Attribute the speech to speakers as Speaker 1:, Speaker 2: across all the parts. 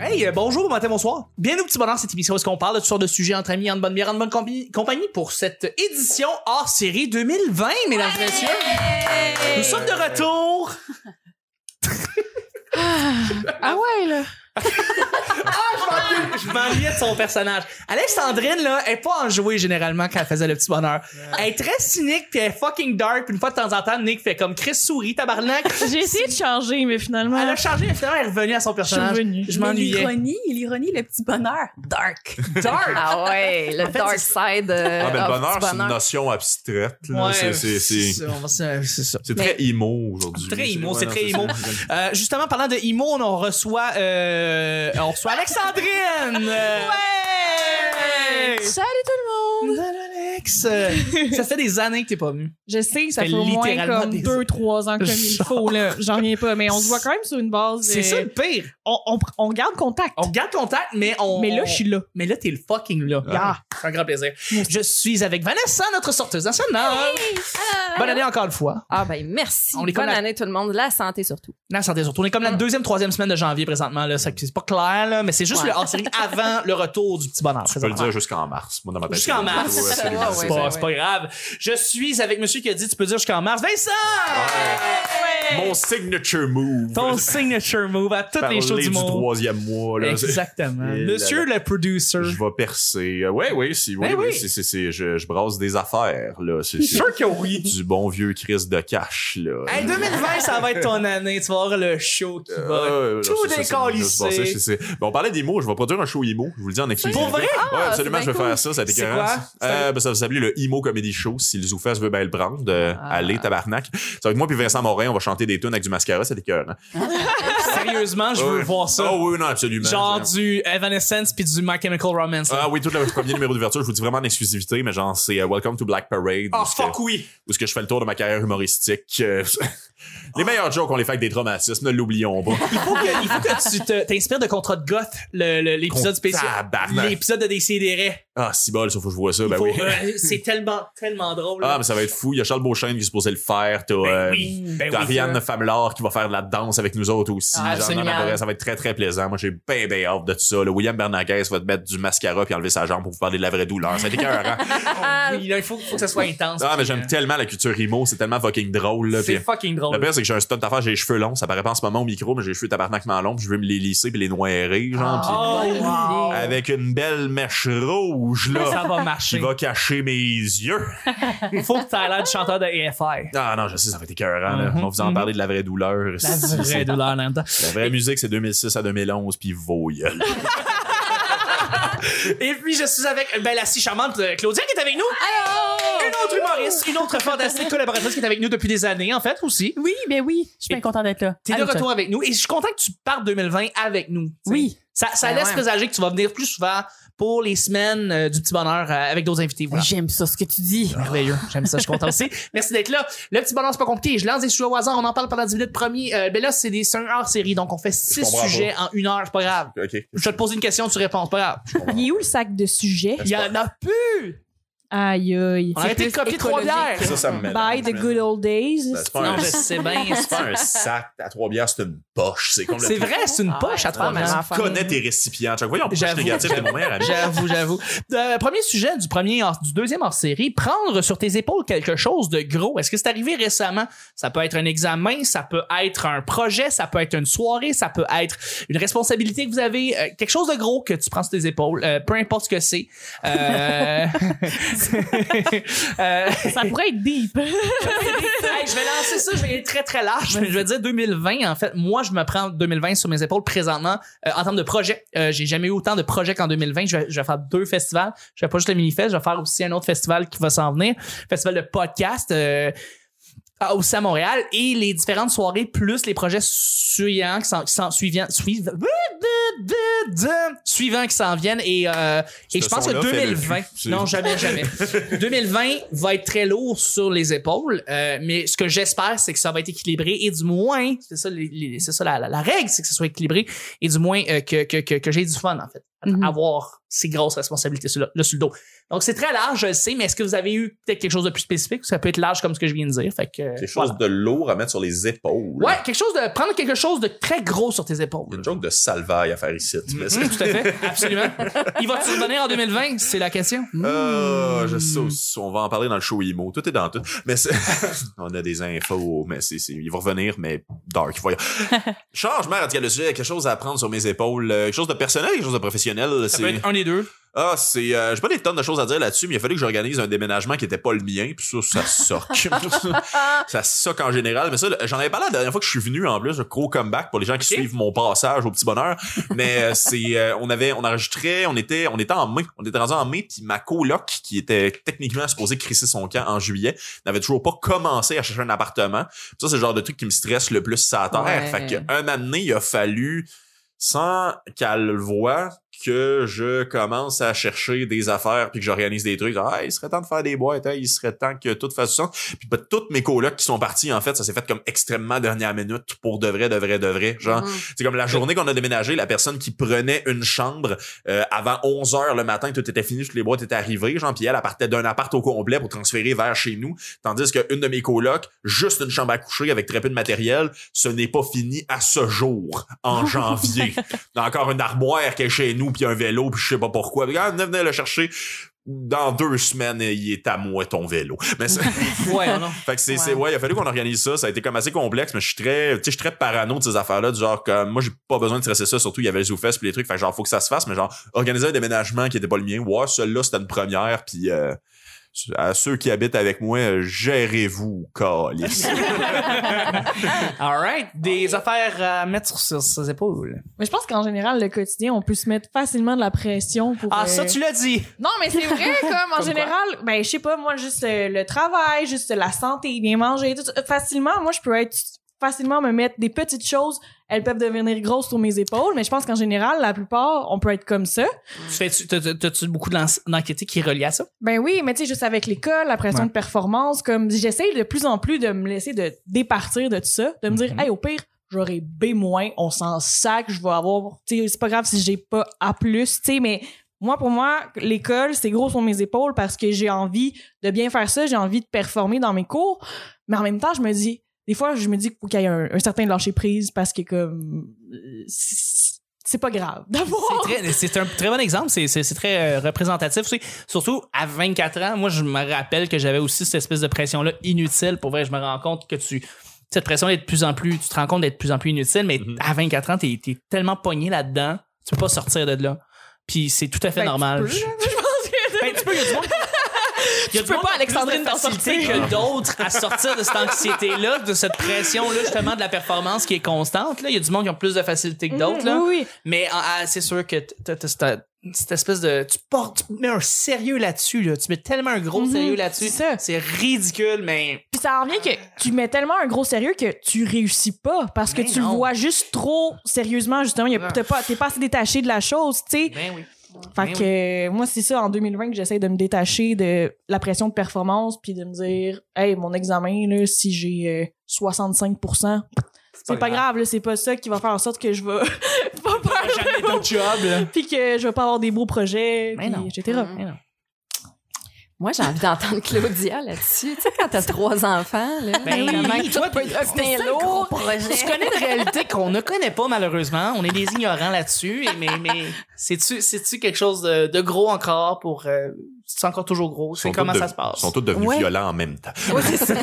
Speaker 1: Oui, euh, bonjour, bon matin, bonsoir. Bienvenue au petit bonheur, cette émission où est-ce qu'on parle de toutes sortes de sujets entre amis, en bonne bière, en bonne combi- compagnie pour cette édition hors série 2020, mesdames et messieurs. Nous sommes de retour.
Speaker 2: Ah ouais, là.
Speaker 1: Je m'ennuyais de son personnage. Alexandrine, là, elle est pas enjouée généralement quand elle faisait le petit bonheur. Elle est très cynique puis elle est fucking dark. Puis une fois de temps en temps, Nick fait comme Chris sourit, tabarnak.
Speaker 2: J'ai essayé de changer, mais finalement.
Speaker 1: Elle a changé, mais finalement, elle est revenue à son
Speaker 2: je suis
Speaker 1: personnage.
Speaker 2: revenue.
Speaker 1: Je
Speaker 3: Mais
Speaker 1: m'ennuyais.
Speaker 3: L'ironie, l'ironie, le petit bonheur. Dark.
Speaker 1: Dark!
Speaker 4: Ah ouais, le
Speaker 1: En fait,
Speaker 4: dark
Speaker 1: c'est-
Speaker 4: side. euh,
Speaker 5: Ah, mais le
Speaker 4: of
Speaker 5: bonheur,
Speaker 4: du
Speaker 5: c'est une notion abstraite. là.
Speaker 1: Ouais,
Speaker 5: C'est- c'est- c'est
Speaker 1: ça, on va- c'est- c'est ça.
Speaker 5: c'est très emo aujourd'hui.
Speaker 1: Très emo, c'est
Speaker 5: ouais,
Speaker 1: très
Speaker 5: ça.
Speaker 1: emo. Euh, justement, parlant de Imo, on en reçoit, euh, on reçoit Alexandrine! ouais!
Speaker 2: Salut tout le monde!
Speaker 1: Alex! Ça fait des années que t'es pas venu.
Speaker 2: Je sais, ça
Speaker 1: Fait
Speaker 2: fait au moins
Speaker 1: littéralement
Speaker 2: comme
Speaker 1: des-
Speaker 2: deux, trois ans comme il faut, là. J'en reviens pas, mais on se voit quand même sur une base.
Speaker 1: C'est
Speaker 2: euh,
Speaker 1: ça Oh, le pire.
Speaker 2: On, on, pr- on garde contact.
Speaker 1: On garde contact, mais on.
Speaker 2: Mais là, je suis là.
Speaker 1: Mais là, t'es le fucking là. Ah,
Speaker 2: Yeah.
Speaker 1: C'est un grand plaisir. Je suis avec Vanessa, notre sorteuse nationale. Bonne année encore une fois.
Speaker 4: Ah ben merci.
Speaker 1: On est comme
Speaker 4: Bonne
Speaker 1: la-
Speaker 4: année tout le monde. La santé surtout.
Speaker 1: Là, santé surtout. On est comme la deuxième, troisième semaine de janvier présentement. Là. Ça, C'est pas clair, là, mais c'est juste
Speaker 4: Ouais.
Speaker 1: le hors-série avant le retour du petit bonheur.
Speaker 5: Je peux le
Speaker 1: présentement.
Speaker 5: dire jusqu'en mars. Moi, dans ma tête,
Speaker 1: Jusqu'en
Speaker 5: c'est-
Speaker 1: mars. Ah,
Speaker 5: Ah
Speaker 4: Ouais,
Speaker 5: Ouais, absolument.
Speaker 4: ouais,
Speaker 5: C'est
Speaker 1: C'est
Speaker 5: pas-
Speaker 1: pas, c'est pas grave. Je suis avec monsieur qui a dit tu peux dire jusqu'en mars. Vincent!
Speaker 5: Mon signature move.
Speaker 1: Ton signature move à toutes
Speaker 5: Parler
Speaker 1: les shows du
Speaker 5: du
Speaker 1: monde.
Speaker 5: troisième mois. Là, C'est-
Speaker 1: Exactement.
Speaker 5: Et là,
Speaker 1: Monsieur le producer.
Speaker 5: Je vais percer. Euh, ouais, ouais, si, oui,
Speaker 1: Ben
Speaker 5: oui,
Speaker 1: oui.
Speaker 5: c'est- c'est- c'est- je, je brasse des affaires, là. C'est c'est
Speaker 1: sûr que oui.
Speaker 5: du bon vieux Chris de cash, là.
Speaker 1: Hey, 2020, ça va être ton année. Tu vas avoir le show qui va
Speaker 5: Euh,
Speaker 1: tout
Speaker 5: là, ça, ça, ça, ça, ça,
Speaker 1: décalisser.
Speaker 5: ça, ça, ça. Bon, on parlait d'emo, je vais produire un show emo, je vous le dis en exclusivité.
Speaker 1: Pour vrai?
Speaker 5: ouais,
Speaker 4: Ah,
Speaker 5: absolument,
Speaker 4: c'est
Speaker 5: je vais
Speaker 4: bien
Speaker 5: faire ça, ça
Speaker 1: C'est
Speaker 5: décœurant,
Speaker 1: quoi?
Speaker 5: ça. Euh, ben, ça va s'appeler le Emo Comedy Show, si le Zoufès veut bien le prendre. euh,
Speaker 1: Ah.
Speaker 5: Allez, tabarnak. Ça va être moi puis Vincent Morin, on va chanter des tunes avec du mascara, ça décœurant.
Speaker 1: Sérieusement, je veux
Speaker 5: Ouais.
Speaker 1: voir ça.
Speaker 5: Oh oui, non, absolument.
Speaker 1: Genre du Evanescence puis du My Chemical Romance.
Speaker 5: Ah oui, tout le premier numéro d'ouverture, je vous dis vraiment en exclusivité, mais genre, c'est euh, Welcome to Black Parade.
Speaker 1: oh
Speaker 5: où ce que-
Speaker 1: fuck oui!
Speaker 5: où ce que je fais le tour de ma carrière humoristique. Euh, les meilleurs jokes, on les fait avec des traumatismes, ne l'oublions pas.
Speaker 1: Il faut que, il faut que tu te- t'inspires de Contrat de Goth, le- le- l'épisode
Speaker 5: Contre-
Speaker 1: spécial.
Speaker 5: Tabarnak.
Speaker 1: L'épisode de Décideret.
Speaker 5: Ah, si bol, ça, faut que je vois ça, ben
Speaker 1: Faut-
Speaker 5: oui.
Speaker 1: euh, c'est tellement, tellement drôle. là.
Speaker 5: Ah, mais ça va être fou. Il y a Charles Beauchesne qui est supposé le faire. T'as euh,
Speaker 1: oui, ben
Speaker 5: t'as
Speaker 1: oui.
Speaker 5: Ariane Famelard qui va faire de la danse avec nous autres aussi.
Speaker 4: Ah,
Speaker 5: Genre,
Speaker 4: absolument.
Speaker 5: non, mais pour vrai, ça va être très, très plaisant. Moi, j'ai bien, bien hâte de tout ça. Le William Bernaghez va te mettre du mascara puis enlever sa jambe pour vous parler de la vraie douleur. Ça écœurant.
Speaker 1: Oui, là, il faut, faut que ça soit intense.
Speaker 5: Ah, mais
Speaker 1: Puis,
Speaker 5: j'aime
Speaker 1: euh,
Speaker 5: tellement la culture emo. C'est tellement fucking drôle. Là,
Speaker 1: C'est
Speaker 5: Puis,
Speaker 1: fucking
Speaker 5: le
Speaker 1: drôle.
Speaker 5: pire, c'est que j'ai un stunt à faire, j'ai les cheveux longs, ça paraît pas en ce moment au micro, mais j'ai les cheveux tabarnakement longs, puis je veux me les lisser puis les noirer, genre,
Speaker 4: Ah.
Speaker 1: Oh,
Speaker 4: Bonne
Speaker 1: wow.
Speaker 5: puis avec une belle mèche rouge, là,
Speaker 1: Ça va
Speaker 5: qui
Speaker 1: marcher.
Speaker 5: va cacher mes yeux.
Speaker 1: Il faut que t'aies l'air du chanteur de EFI.
Speaker 5: Ah non, je sais, ça va être écœurant, là.
Speaker 1: Mhm.
Speaker 5: On va vous en parler de la vraie douleur.
Speaker 1: La vraie douleur en même temps.
Speaker 5: La vraie musique, c'est 2006 à 2011, puis voyez.
Speaker 1: Et puis, je suis avec ben, la si charmante euh, Claudia qui est avec nous. Une autre humoriste, une autre fantastique collaboratrice qui est avec nous depuis des années, en fait, aussi.
Speaker 3: Oui, ben oui. Je suis bien contente d'être là.
Speaker 1: T'es de
Speaker 3: Allô,
Speaker 1: retour avec nous. Et je suis content que tu partes 2020 avec nous. t'sais.
Speaker 3: Oui.
Speaker 1: Ça, ça
Speaker 4: Ben
Speaker 1: laisse
Speaker 4: ouais.
Speaker 1: présager que tu vas venir plus souvent pour les semaines euh, du petit bonheur euh, avec d'autres invités.
Speaker 3: Chuck.
Speaker 1: Voilà.
Speaker 3: J'aime ça, ce que tu dis.
Speaker 1: Merveilleux. J'aime ça, je suis content aussi. Merci d'être là. Le petit bonheur, c'est pas compliqué. Je lance des sujets au hasard, on en parle pendant 10 minutes premier. Euh, ben là, c'est des c'est un hors série, donc on fait six
Speaker 5: comprends
Speaker 1: sujets en une heure, c'est pas grave.
Speaker 5: OK.
Speaker 1: Je te pose une question, tu réponds, c'est pas grave.
Speaker 2: Il est où le sac de sujets?
Speaker 1: Il y en a plus!
Speaker 2: Aïe, aïe.
Speaker 1: On a arrêté de
Speaker 4: plus
Speaker 1: copier trois bières!
Speaker 4: écologique.
Speaker 5: Ça, ça me met.
Speaker 2: By the good old days.
Speaker 5: C'est pas
Speaker 1: Non,
Speaker 5: un-
Speaker 1: je sais bien.
Speaker 5: c'est pas un sac à trois bières, c'est une poche. C'est complètement.
Speaker 1: C'est vrai, c'est une
Speaker 4: Ah,
Speaker 1: poche à
Speaker 4: ouais,
Speaker 1: trois
Speaker 4: ouais,
Speaker 1: bières.
Speaker 4: ouais.
Speaker 5: Tu connais tes récipients. Chaque fois, voyons, pourquoi je
Speaker 1: J'avoue.
Speaker 5: suis négatif, c'est mon meilleur ami.
Speaker 1: J'avoue, j'avoue. Euh, premier sujet du premier hors- du deuxième hors série, prendre sur tes épaules quelque chose de gros. Est-ce que c'est arrivé récemment? Ça peut être un examen, ça peut être un projet, ça peut être une soirée, ça peut être une responsabilité que vous avez, euh, quelque chose de gros que tu prends sur tes épaules, euh, peu importe ce que c'est. Euh... euh,
Speaker 2: Ça pourrait être deep.
Speaker 1: Hey, je vais lancer ça, je vais aller très très large, mais je vais dire 2020. En fait, moi, je me prends 2020 sur mes épaules présentement euh, en termes de projets. Euh, j'ai jamais eu autant de projets qu'en 2020. Je vais, je vais faire deux festivals. Je vais pas juste le mini-fest, je vais faire aussi un autre festival qui va s'en venir. Festival de podcast. euh, à- aussi à Montréal et les différentes soirées plus les projets suivants qui s'en- qui s'en suivants suivants suivants qui s'en viennent et euh, et
Speaker 5: Ce
Speaker 1: je pense que
Speaker 5: son-là fait le
Speaker 1: 2020
Speaker 5: cul.
Speaker 1: non jamais jamais 2020 va être très lourd sur les épaules euh, mais ce que j'espère c'est que ça va être équilibré et du moins c'est ça les- les- c'est ça la, la- la règle c'est que ce soit équilibré et du moins euh, que que, que, que j'ai du fun en fait
Speaker 3: Mhm.
Speaker 1: avoir ces grosses responsabilités sur le, là, sur le dos donc c'est très large je le sais mais est-ce que vous avez eu peut-être quelque chose de plus spécifique ça peut être large comme ce que je viens de dire fait que que.
Speaker 5: Quelque chose
Speaker 1: voilà.
Speaker 5: de lourd à mettre sur les épaules.
Speaker 1: Ouais, quelque chose de. Prendre quelque chose de très gros sur tes épaules.
Speaker 5: Il y a une joke de salvaille à faire ici. mais c'est-
Speaker 1: Mhm, tout à fait, absolument. Il va-tu revenir en 2020? C'est la question. Hmm.
Speaker 5: Ah, je sais, aussi, on va en parler dans le show Imo. Tout est dans tout. Mais c'est- on a des infos, mais c'est, c'est- il va revenir, mais dark. Voyons. Changement radical de sujet, quelque chose à prendre sur mes épaules, euh, quelque chose de personnel, quelque chose de professionnel.
Speaker 1: Ça
Speaker 5: c'est...
Speaker 1: peut être un des deux.
Speaker 5: Ah, c'est. Euh, j'ai pas des tonnes de choses à dire là-dessus, mais il a fallu que j'organise un déménagement qui était pas le mien, puis ça, ça soque. ça soque en général. Mais ça, le- j'en avais parlé la dernière fois que je suis venu en plus, un gros comeback pour les gens qui
Speaker 1: Ok.
Speaker 5: suivent mon passage au petit bonheur. Mais euh, c'est. euh, on avait. On enregistrait, on était, on était en mai. On était rendu en mai, puis ma coloc, qui était techniquement supposée crisser son camp en juillet, n'avait toujours pas commencé à chercher un appartement. Puis ça, c'est le genre de truc qui me stresse le plus ça terre.
Speaker 4: Ouais.
Speaker 5: Fait que un moment donné, il a fallu sans qu'elle le voie que je commence à chercher des affaires puis que j'organise des trucs ah il serait temps de faire des boîtes hein, il serait temps que tout fasse du sens puis bah, toutes mes colocs qui sont partis en fait ça s'est fait comme extrêmement dernière minute pour de vrai de vrai de vrai genre
Speaker 4: Mhm.
Speaker 5: c'est comme la journée qu'on a déménagé la personne qui prenait une chambre euh, avant 11 heures le matin tout était fini toutes les boîtes étaient arrivées genre puis elle elle partait d'un appart au complet pour transférer vers chez nous tandis qu'une de mes colocs juste une chambre à coucher avec très peu de matériel ce n'est pas fini à ce jour en janvier Il y a encore une armoire qui est chez nous, puis un vélo, puis je sais pas pourquoi. Ah, venez, venez le chercher. Dans deux semaines, il est à moi ton vélo. Mais c'est-
Speaker 1: Ouais, non.
Speaker 5: fait que c'est, c'est- ouais, il a fallu qu'on organise ça. Ça a été comme assez complexe, mais je suis très, tu sais, je suis très parano de ces affaires-là. Du genre, comme, moi, j'ai pas besoin de stresser ça. Surtout, il y avait les zoufesses puis les trucs. Fait que genre, faut que ça se fasse, mais genre, organiser un déménagement qui était pas le mien. Ouais, celui-là, c'était une première, puis euh, à ceux qui habitent avec moi, euh, gérez-vous, calice.
Speaker 1: All right. Des affaires à mettre sur, sur ses épaules.
Speaker 2: Mais je pense qu'en général, le quotidien, on peut se mettre facilement de la pression pour.
Speaker 1: Ah,
Speaker 2: euh,
Speaker 1: ça, tu l'as dit.
Speaker 2: Non, mais c'est vrai, comme en
Speaker 1: Comme
Speaker 2: général, ben, je sais pas, moi, juste euh, le travail, juste la santé, bien manger, tout ça. Facilement, moi, je peux être facilement me mettre des petites choses, elles peuvent devenir grosses sur mes épaules, mais je pense qu'en général, la plupart, on peut être comme ça.
Speaker 1: Tu fais-tu, t'as- t'as- t'as-tu beaucoup d'anx- d'anxiété qui est reliée à ça?
Speaker 2: Ben oui, mais tu sais, juste avec l'école, la pression
Speaker 1: Ouais.
Speaker 2: de performance, comme j'essaye de plus en plus de me laisser de départir de tout ça, de me dire,
Speaker 1: Mhm.
Speaker 2: hey, au pire, j'aurai B-, on s'en sac, je vais avoir, tu sais, c'est pas grave si j'ai pas A+, tu sais, mais moi, pour moi, l'école, c'est gros sur mes épaules parce que j'ai envie de bien faire ça, j'ai envie de performer dans mes cours, mais en même temps, je me dis, des fois, je me dis qu'il faut qu'il y ait un, un certain lâcher-prise parce que, comme, euh, c'est c'est pas grave d'avoir...
Speaker 1: C'est très- C'est un très bon exemple. C'est- C'est c'est très euh, représentatif. aussi. Surtout à 24 ans, moi, je me rappelle que j'avais aussi cette espèce de pression-là inutile. Pour vrai, je me rends compte que tu. Cette pression est de plus en plus. Tu te rends compte d'être de plus en plus inutile, mais
Speaker 2: Mm-hmm.
Speaker 5: Mhm.
Speaker 1: à 24 ans, t'es es tellement pogné là-dedans, tu peux pas sortir de là. Puis c'est tout à fait
Speaker 2: Ben, tu
Speaker 1: normal.
Speaker 2: peux, là. Je pense que-
Speaker 1: Ben, tu peux, il y a du monde. Il y a du
Speaker 2: peux
Speaker 1: monde
Speaker 2: pas,
Speaker 1: qui a plus de
Speaker 2: Alexandrine, t'en
Speaker 1: facilité que d'autres à sortir de cette anxiété-là, de cette pression-là, justement, de la performance qui est constante. Là. Il y a du monde qui a plus de facilité que d'autres. là.
Speaker 2: Mhm, oui, oui.
Speaker 1: Mais ah, ah, c'est sûr que t- t'as- t'as cette- cette espèce de. Tu portes, tu mets un sérieux là-dessus, là. Tu mets tellement un gros
Speaker 2: Mhm,
Speaker 1: sérieux là-dessus.
Speaker 2: c'est ça.
Speaker 1: C'est ridicule, mais.
Speaker 2: Puis ça en revient que tu mets tellement un gros sérieux que tu réussis pas parce que
Speaker 1: Mais
Speaker 2: tu le
Speaker 1: non.
Speaker 2: vois juste trop sérieusement justement, y a-
Speaker 1: Ouais.
Speaker 2: t'es pas t'es pas assez détaché de la chose, tu sais.
Speaker 1: Ben oui.
Speaker 2: Fait
Speaker 1: ben
Speaker 2: que euh, moi c'est ça en 2020 que j'essaie de me détacher de la pression de performance puis de me dire hey mon examen là si j'ai euh, 65% c'est pas grave là, c'est pas ça qui va faire en sorte que je vais pas faire
Speaker 1: Jamais ton job, là.
Speaker 2: puis que je vais pas avoir des beaux projets
Speaker 1: Mais
Speaker 2: puis
Speaker 1: non.
Speaker 2: etc.
Speaker 1: Ben non.
Speaker 4: Mm. Moi, j'ai envie d'entendre Claudia là-dessus. Tu sais, quand t'as trois enfants, là,
Speaker 1: Ben oui,
Speaker 4: comment
Speaker 1: oui,
Speaker 4: tout
Speaker 1: toi,
Speaker 4: peut devenir
Speaker 3: ça, le gros
Speaker 4: lourd.
Speaker 3: projet.
Speaker 1: Tu connais une réalité qu'on ne connaît pas, malheureusement. On est des ignorants là-dessus. et- Mais, mais c'est-tu, c'est-tu quelque chose de, de gros encore pour. euh, c'est encore toujours gros. C'est
Speaker 5: Sont
Speaker 1: comment
Speaker 5: tous
Speaker 1: ça
Speaker 5: de-
Speaker 1: se passe?
Speaker 5: Ils sont tous devenus
Speaker 3: Ouais.
Speaker 5: violents en même temps.
Speaker 3: Ouais, c'est ça.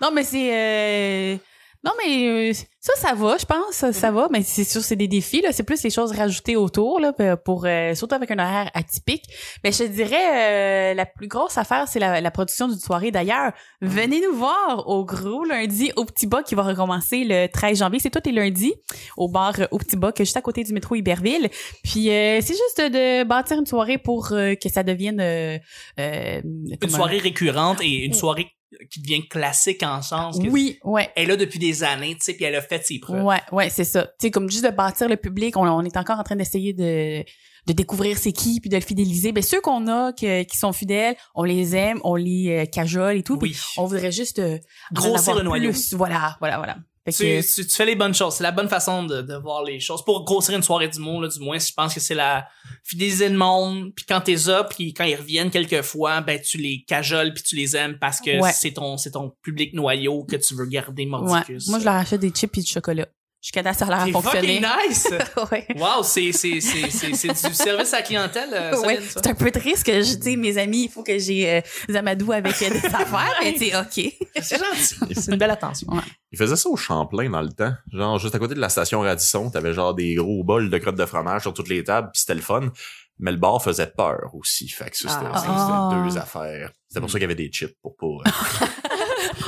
Speaker 3: non, mais c'est. euh, Non, mais euh, ça, ça va, je pense. Ça, ça va, mais c'est sûr, c'est des défis. là. C'est plus les choses rajoutées autour, là, pour, pour, euh, surtout avec un horaire atypique. Mais je te dirais, euh, la plus grosse affaire, c'est la, la production d'une soirée. D'ailleurs, venez nous voir au gros lundi au Petit Bas qui va recommencer le 13 janvier. C'est tous les lundis au bar euh, au Petit Bas, qui est juste à côté du métro Iberville. Puis euh, c'est juste de, de bâtir une soirée pour euh, que ça devienne... euh, euh,
Speaker 1: Une
Speaker 3: comment-
Speaker 1: soirée récurrente et une soirée qui devient classique en sens. que-
Speaker 3: Oui, ouais.
Speaker 1: Elle est là depuis des années, tu sais, puis elle a fait ses preuves.
Speaker 3: Ouais, ouais, c'est ça. Tu sais, comme juste de bâtir le public, on, on est encore en train d'essayer de, de découvrir c'est qui, puis de le fidéliser. Ben ceux qu'on a que- qui sont fidèles, on les aime, on les euh, cajole et tout. puis
Speaker 1: Oui.
Speaker 3: On voudrait juste euh, en
Speaker 1: Grossir
Speaker 3: avoir
Speaker 1: le noyau.
Speaker 3: plus. Voilà, voilà, voilà. Fait
Speaker 1: Tu,
Speaker 3: que-
Speaker 1: tu, tu fais les bonnes choses. C'est la bonne façon de, de voir les choses. Pour grossir une soirée du monde, là, du moins, je pense que c'est la fidéliser le monde. Puis quand t'es up, puis quand ils reviennent quelquefois, ben tu les cajoles puis tu les aimes parce que
Speaker 3: Ouais.
Speaker 1: c'est ton c'est ton public noyau que tu veux garder
Speaker 3: Ouais.
Speaker 1: mordicus.
Speaker 3: Moi, je leur achète des chips et du chocolat. Jusqu'à date, ça a l'air à
Speaker 1: C'est
Speaker 3: fonctionner.
Speaker 1: fucking nice.
Speaker 3: Ouais.
Speaker 1: Wow, c'est c'est c'est c'est c'est du service à la clientèle. euh,
Speaker 3: Ouais,
Speaker 1: solide, ça.
Speaker 3: c'est un peu triste que je dis, mes amis, il faut que j'ai euh, Zamadou avec euh, des affaires, mais c'est OK.
Speaker 1: C'est gentil. C'est une belle attention.
Speaker 5: Ils faisaient ça au Champlain dans le temps. Genre, juste à côté de la station Radisson, t'avais genre des gros bols de crottes de fromage sur toutes les tables, pis c'était le fun. Mais le bar faisait peur aussi. Fait que ça, c'était
Speaker 4: Ah.
Speaker 5: ça, c'était
Speaker 3: Ah.
Speaker 5: deux affaires. C'était pour ça qu'il y avait des chips pour pas... euh,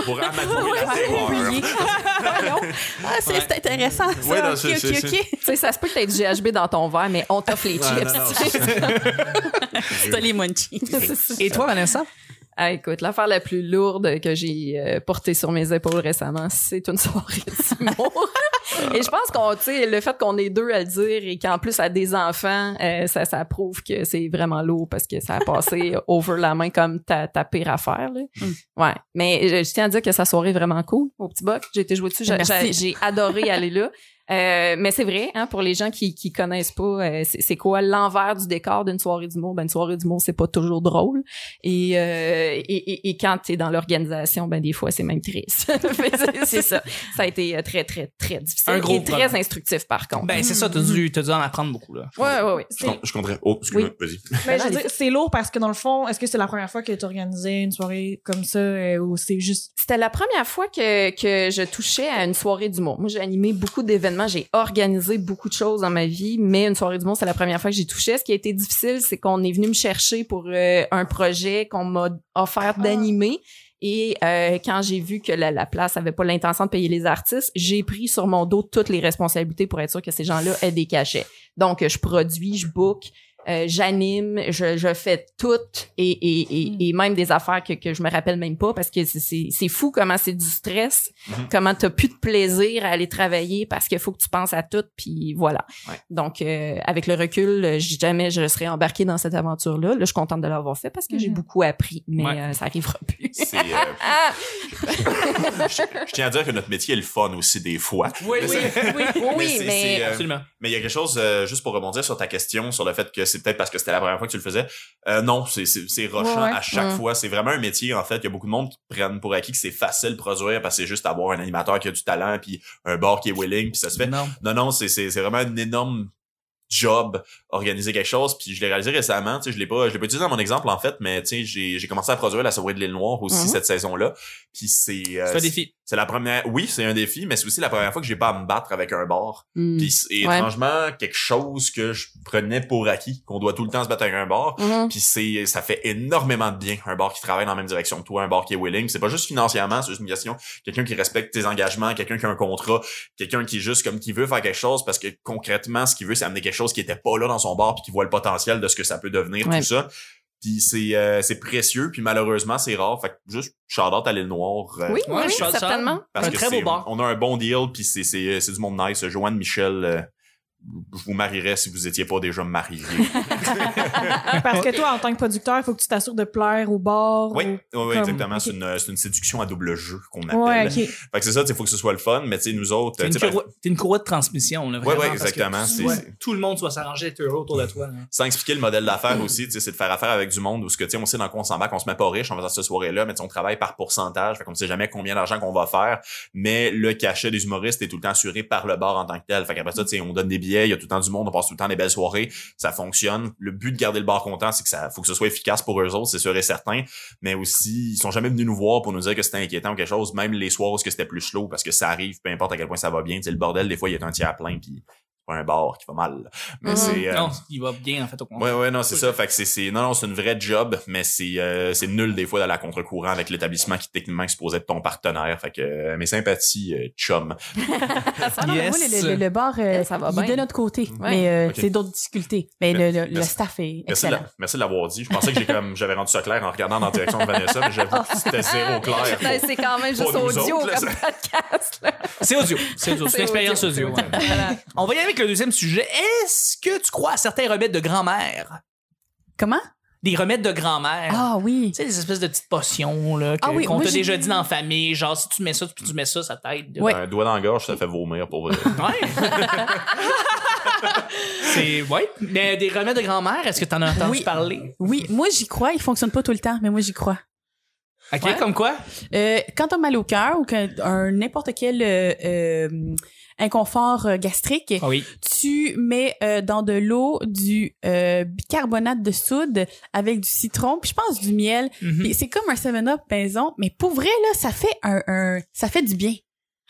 Speaker 5: pour amadouer la terreur.
Speaker 3: Oublié. Voyons. ah, c'est
Speaker 1: Ouais.
Speaker 3: c'est intéressant. Ça.
Speaker 5: Ouais, non,
Speaker 3: OK,
Speaker 5: c'est-
Speaker 3: OK,
Speaker 5: c'est-
Speaker 3: OK.
Speaker 4: Tu sais, ça se peut que t'aies du GHB dans ton verre, mais on t'offre les
Speaker 5: Ouais,
Speaker 4: chips.
Speaker 5: non, non,
Speaker 4: tu sais.
Speaker 3: T'as les munchies.
Speaker 4: C'est ça.
Speaker 1: Et toi, Vanessa?
Speaker 4: Ah, écoute, l'affaire la plus lourde que j'ai euh, portée sur mes épaules récemment, c'est une soirée d'humour. et je pense qu'on, tu sais, le fait qu'on est deux à le dire et qu'en plus à des enfants, euh, ça, ça prouve que c'est vraiment lourd parce que ça a passé over la main comme ta, ta pire affaire. Là. Ouais. Mais je, je tiens à dire que sa soirée est vraiment cool au petit boc. J'ai été jouer dessus. J'ai,
Speaker 3: Merci.
Speaker 4: j'ai- j'ai adoré aller là. Euh, mais c'est vrai, hein, pour les gens qui qui connaissent pas, euh, c'est, c'est quoi l'envers du décor d'une soirée d'humour? Ben, une soirée d'humour, c'est pas toujours drôle. Et, euh, et, et, et quand t'es dans l'organisation, ben des fois c'est même triste. Fait que c'est- c'est ça. Ça a été euh, très très très difficile
Speaker 1: Un gros
Speaker 4: et très
Speaker 1: problème.
Speaker 4: instructif par contre.
Speaker 1: Ben c'est ça, t'as dû t'as dû en apprendre beaucoup là.
Speaker 4: ouais ouais ouais.
Speaker 5: Je, com- je comprends. Oh, excuse-moi, vas-y.
Speaker 2: Mais je veux dire, c'est lourd parce que dans le fond, est-ce que c'est la première fois que tu organisais une soirée comme ça euh, ou c'est juste
Speaker 4: C'était la première fois que, que je touchais à une soirée d'humour. Moi, j'ai animé beaucoup d'événements, j'ai organisé beaucoup de choses dans ma vie, mais une soirée d'humour, c'est la première fois que j'y touchais. Ce qui a été difficile, c'est qu'on est venu me chercher pour euh, un projet qu'on m'a offert d'animer. Et euh, quand j'ai vu que la, la place avait pas l'intention de payer les artistes, j'ai pris sur mon dos toutes les responsabilités pour être sûr que ces gens-là aient des cachets. Donc, je produis, je book, euh, j'anime, je, je fais tout et, et, et, et même des affaires que, que je me rappelle même pas parce que c'est- c'est c'est fou comment c'est du stress,
Speaker 5: Mhm.
Speaker 4: comment t'as plus de plaisir à aller travailler parce qu'il faut que tu penses à tout puis voilà.
Speaker 5: Ouais.
Speaker 4: Donc euh, avec le recul, euh, j- jamais je serais embarquée dans cette aventure là. Là, je suis contente de l'avoir fait parce que j'ai
Speaker 2: Mhm.
Speaker 4: beaucoup appris, mais
Speaker 1: Ouais.
Speaker 4: euh, ça arrivera plus.
Speaker 5: C'est, euh,
Speaker 4: Ah,
Speaker 5: je tiens à dire que notre métier est le fun aussi des fois.
Speaker 1: Oui, oui, oui.
Speaker 5: Mais
Speaker 4: oui,
Speaker 5: c'est-
Speaker 4: mais
Speaker 5: c'est, euh,
Speaker 1: Absolument.
Speaker 5: Mais il y a quelque chose, euh, juste pour rebondir sur ta question, sur le fait que c'est peut-être parce que c'était la première fois que tu le faisais. Euh, non, c'est- c'est c'est rochant
Speaker 2: Ouais, ouais.
Speaker 5: à chaque
Speaker 4: Mm.
Speaker 5: fois. C'est vraiment un métier, en fait. Il y a beaucoup de monde qui prennent pour acquis que c'est facile de produire parce que c'est juste avoir un animateur qui a du talent, puis un bar qui est willing, puis ça se fait.
Speaker 1: Non.
Speaker 5: Non, non, c'est c'est- c'est vraiment un énorme job organiser quelque chose puis je l'ai réalisé récemment tu sais je l'ai pas je l'ai pas utilisé dans mon exemple en fait mais tu sais j'ai j'ai commencé à produire la soirée de l'île noire aussi
Speaker 2: Mm-hmm.
Speaker 4: Mhm.
Speaker 5: cette saison là puis c'est euh,
Speaker 1: C'est un défi.
Speaker 5: c'est la première oui c'est un défi mais c'est aussi la première fois que j'ai pas à me battre avec un bar
Speaker 4: Mm.
Speaker 5: puis c'est
Speaker 4: Ouais.
Speaker 5: étrangement quelque chose que je prenais pour acquis, qu'on doit tout le temps se battre avec un bar.
Speaker 4: Mhm.
Speaker 5: Puis c'est, ça fait énormément de bien un bar qui travaille dans la même direction que toi, un bar qui est willing. C'est pas juste financièrement, c'est juste une question. Quelqu'un qui respecte tes engagements, quelqu'un qui a un contrat, quelqu'un qui est juste comme qui veut faire quelque chose parce que concrètement, ce qu'il veut, c'est amener quelque chose qui était pas là dans son bar puis qui voit le potentiel de ce que ça peut devenir,
Speaker 4: Ouais.
Speaker 5: tout ça. Puis c'est, euh, c'est précieux, puis malheureusement, c'est rare. Fait que juste shout-out à l'île noire. euh,
Speaker 4: oui,
Speaker 1: Ouais,
Speaker 4: oui,
Speaker 1: je suis
Speaker 4: certainement.
Speaker 5: parce
Speaker 1: un
Speaker 5: que
Speaker 1: très
Speaker 5: c'est-
Speaker 1: beau bar.
Speaker 5: On a un bon deal, puis c'est, c'est, euh, c'est du monde nice. Joanne Michel, euh, je vous marierais si vous étiez pas déjà mariés.
Speaker 2: parce que toi en tant que producteur, il faut que tu t'assures de plaire au bord.
Speaker 5: oui, oui, oui, exactement.
Speaker 2: ok.
Speaker 5: C'est, une, euh, c'est une séduction à double jeu qu'on
Speaker 2: Ou... Ouais,
Speaker 5: appelle.
Speaker 2: ok.
Speaker 5: Fait que c'est ça, il faut que ce soit le fun, mais tu sais, nous autres...
Speaker 1: T'es une,
Speaker 5: tu sais, par-
Speaker 1: courroie- t'es une courroie de transmission, là,
Speaker 5: Ouais,
Speaker 1: vraiment,
Speaker 5: ouais,
Speaker 1: parce que
Speaker 5: exactement,
Speaker 1: tu-
Speaker 5: c'est-
Speaker 1: ouais,
Speaker 5: c'est-
Speaker 1: Tout le monde doit s'arranger être heureux autour de toi. hein. là.
Speaker 5: sans expliquer le modèle d'affaires aussi, tu sais, c'est de faire affaire avec du monde où ce que tu sais, on sait dans quoi on s'en va, qu'on se met pas riche en faisant cette soirée-là, mais tu sais, on travaille par pourcentage, fait qu'on sait jamais combien d'argent qu'on va faire, mais le cachet des humoristes est tout le temps assuré par le bar en tant que tel. Fait qu'après ça, tu sais, on donne des billets, il y a tout le temps du monde, on passe tout le temps des belles soirées, ça fonctionne. Le but de garder le bar content, c'est que ça faut que ce soit efficace pour eux autres, c'est sûr et certain, mais aussi ils sont jamais venus nous voir pour nous dire que c'était inquiétant ou quelque chose, même les soirs où ce que c'était plus slow parce que ça arrive, peu importe à quel point ça va bien, tu sais, le bordel des fois il est un tiers plein puis c'est pas un bar qui va mal. Mais
Speaker 4: Mhm.
Speaker 5: c'est euh,
Speaker 1: Non, il va bien, en fait, au contraire.
Speaker 5: Ouais, ouais, non, c'est
Speaker 1: Oui.
Speaker 5: ça. Fait que c'est- c'est, non, non, c'est une vraie job, mais c'est, euh, c'est nul des fois d'aller à contre-courant avec l'établissement qui techniquement est supposé être ton partenaire. Fait que euh, mes sympathies, euh, chum.
Speaker 3: Ah non, mais moi,
Speaker 1: Yes.
Speaker 3: le, le- le bar, euh,
Speaker 4: Ça va
Speaker 3: il
Speaker 4: bien.
Speaker 3: est de notre côté.
Speaker 5: Ouais.
Speaker 3: Mais euh,
Speaker 5: Ok.
Speaker 3: c'est d'autres difficultés. Mais le, le- le
Speaker 5: Merci.
Speaker 3: staff est
Speaker 5: Merci de,
Speaker 3: excellent.
Speaker 5: la- merci de l'avoir dit. Je pensais que j'ai comme, j'avais rendu ça clair en regardant dans la direction de Vanessa, mais j'avoue que c'était zéro clair.
Speaker 4: Ben, c'est quand même
Speaker 5: Pour
Speaker 4: juste
Speaker 5: nous
Speaker 4: audio
Speaker 5: autres, là,
Speaker 4: comme podcast. là.
Speaker 1: C'est audio. C'est audio. C'est
Speaker 4: C'est
Speaker 1: une expérience
Speaker 4: audio.
Speaker 1: audio. ouais. On va y aller avec le deuxième sujet. Est-ce que tu crois à certains remèdes de grand-mère?
Speaker 3: Comment?
Speaker 1: Des remèdes de grand-mère.
Speaker 3: Ah oui.
Speaker 1: Tu sais, des espèces de petites potions là, que-
Speaker 3: Ah oui,
Speaker 1: qu'on
Speaker 3: moi,
Speaker 1: t'a
Speaker 3: j'ai-
Speaker 1: déjà dit dans la famille. Genre, si tu mets ça, puis tu mets ça, ça t'aide. là.
Speaker 3: Ouais.
Speaker 5: Un doigt dans la gorge, ça fait vomir pour euh, vrai.
Speaker 1: Ouais. C'est. Ouais. Mais des remèdes de grand-mère, est-ce que t'en as entendu
Speaker 3: Oui.
Speaker 1: parler?
Speaker 3: Oui, moi j'y crois, il fonctionne pas tout le temps, mais moi j'y crois.
Speaker 1: OK,
Speaker 3: Ouais.
Speaker 1: comme quoi?
Speaker 3: Euh, quand t'as mal au cœur ou que- un n'importe quel euh, euh, inconfort euh, gastrique,
Speaker 5: Ah.
Speaker 1: oui.
Speaker 3: tu mets euh, dans de l'eau du euh, bicarbonate de soude avec du citron, puis je pense du miel.
Speaker 4: Mm.
Speaker 3: Puis c'est comme un 7-up maison, mais pour vrai là, ça fait un, un- ça fait du bien.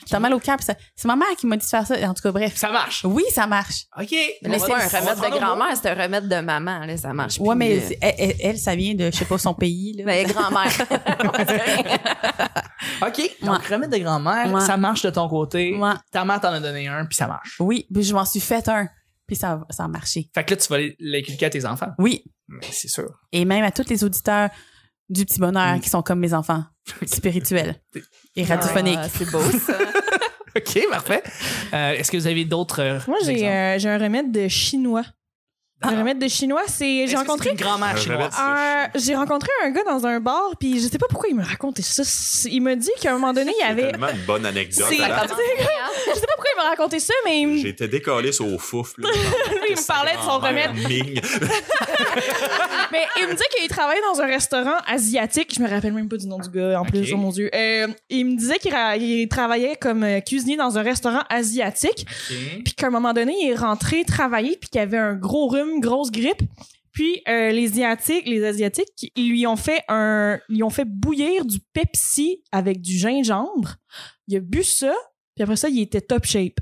Speaker 3: T'as mal au cœur, puis ça- c'est ma mère qui m'a dit de faire ça. En tout cas, bref.
Speaker 1: Ça marche.
Speaker 3: Oui, ça marche.
Speaker 1: OK.
Speaker 4: Mais c'est pas un
Speaker 1: On va
Speaker 4: remède de
Speaker 1: prendre au mot.
Speaker 4: grand-mère, c'est un remède de maman, là, ça marche.
Speaker 3: Ouais,
Speaker 4: plus,
Speaker 3: mais
Speaker 4: euh, Ben.
Speaker 3: c'est- elle, elle- elle, ça vient de, je sais pas, son pays. Là.
Speaker 4: mais grand-mère.
Speaker 1: OK. Donc, remède de grand-mère,
Speaker 3: Ouais.
Speaker 1: ça marche de ton côté.
Speaker 3: Ouais.
Speaker 1: Ta mère t'en a donné un, puis ça marche.
Speaker 3: Oui, puis je m'en suis fait un, puis ça, ça a marché.
Speaker 1: Fait que là, tu vas l'inculquer à tes enfants.
Speaker 3: Oui,
Speaker 1: Mais c'est sûr.
Speaker 3: et même à tous les auditeurs du petit bonheur
Speaker 4: Mm.
Speaker 3: qui sont comme mes enfants, spirituels et radiophoniques.
Speaker 4: Ah, c'est beau, ça.
Speaker 1: OK, parfait. Euh, Est-ce que vous avez d'autres. euh,
Speaker 2: Moi, j'ai
Speaker 1: exemples?
Speaker 2: euh, j'ai un remède de chinois. Un remède de chinois, c'est.
Speaker 1: Ah. Est-ce
Speaker 2: J'ai
Speaker 1: que c'est
Speaker 2: rencontré
Speaker 1: une grand-mère
Speaker 5: Un
Speaker 1: chinoise.
Speaker 5: remède-
Speaker 2: un- J'ai rencontré un gars dans un bar, puis je sais pas pourquoi il me racontait ça. C'est- Il me dit qu'à un moment donné, il y
Speaker 5: C'est
Speaker 2: avait.
Speaker 5: tellement une bonne anecdote.
Speaker 2: C'est-
Speaker 5: Alain.
Speaker 2: Je sais pas pourquoi il me racontait ça, mais il me,
Speaker 5: J'étais décalé sur au foufle.
Speaker 2: il me parlait de son remède.
Speaker 5: Ming.
Speaker 2: Mais il me dit qu'il travaillait dans un restaurant asiatique. Je me rappelle même pas du nom du gars, en plus,
Speaker 1: Ok.
Speaker 2: oh mon Dieu. Euh, il me disait qu'il ra- il travaillait comme euh, cuisinier dans un restaurant asiatique.
Speaker 1: OK.
Speaker 2: Puis qu'à un moment donné, il est rentré travailler, puis qu'il avait un gros rhume, grosse grippe. Puis euh, les Asiatiques, les Asiatiques, ils lui ont fait un, ils lui ont fait bouillir du Pepsi avec du gingembre. Il a bu ça, puis après ça, il était top shape.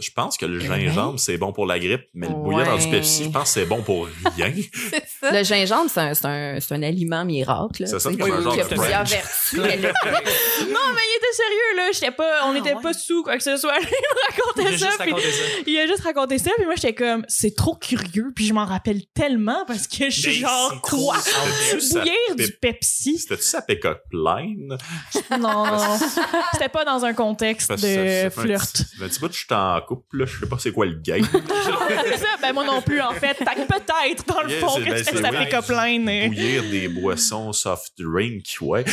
Speaker 5: Je pense que le gingembre, c'est bon pour la grippe, mais le bouillon
Speaker 4: Ouais.
Speaker 5: dans du Pepsi, je pense que c'est bon pour rien.
Speaker 4: Le gingembre, c'est un, c'est un, c'est un aliment miracle. là,
Speaker 5: Ça sonne
Speaker 4: tu sais,
Speaker 5: comme un genre
Speaker 4: qui a
Speaker 5: de
Speaker 4: plusieurs
Speaker 5: brunch.
Speaker 4: vertus. mais le-
Speaker 2: Non, Ah, mais il était sérieux là. J'étais pas, on
Speaker 1: Ah,
Speaker 2: n'était
Speaker 1: ouais.
Speaker 2: pas sous quoi que ce soit. Il
Speaker 1: J'ai
Speaker 2: me racontait ça.
Speaker 1: juste
Speaker 2: puis-
Speaker 1: raconté ça.
Speaker 2: Il a juste raconté ça, puis moi j'étais comme c'est trop curieux, puis je m'en rappelle tellement parce que je suis
Speaker 5: Ben,
Speaker 2: genre quoi
Speaker 5: C'était-tu sa-
Speaker 2: bouillir du
Speaker 5: pép-
Speaker 2: Pepsi.
Speaker 5: C'était-tu sa pécoque pleine?
Speaker 2: Non, c'était pas dans un contexte
Speaker 5: Parce que ça- ça
Speaker 2: de
Speaker 5: fait un
Speaker 2: flirt.
Speaker 5: petit- Un petit bout, je suis en couple, là. je sais pas c'est quoi le game.
Speaker 2: C'est ça, ben moi non plus en fait. Fait que Peut-être dans le
Speaker 5: Yeah,
Speaker 2: fond
Speaker 5: c'est-
Speaker 2: que
Speaker 5: ben,
Speaker 2: c'était
Speaker 5: c'est
Speaker 2: sa
Speaker 5: oui.
Speaker 2: pick-up line. euh.
Speaker 5: Bouillir des boissons soft drink, ouais.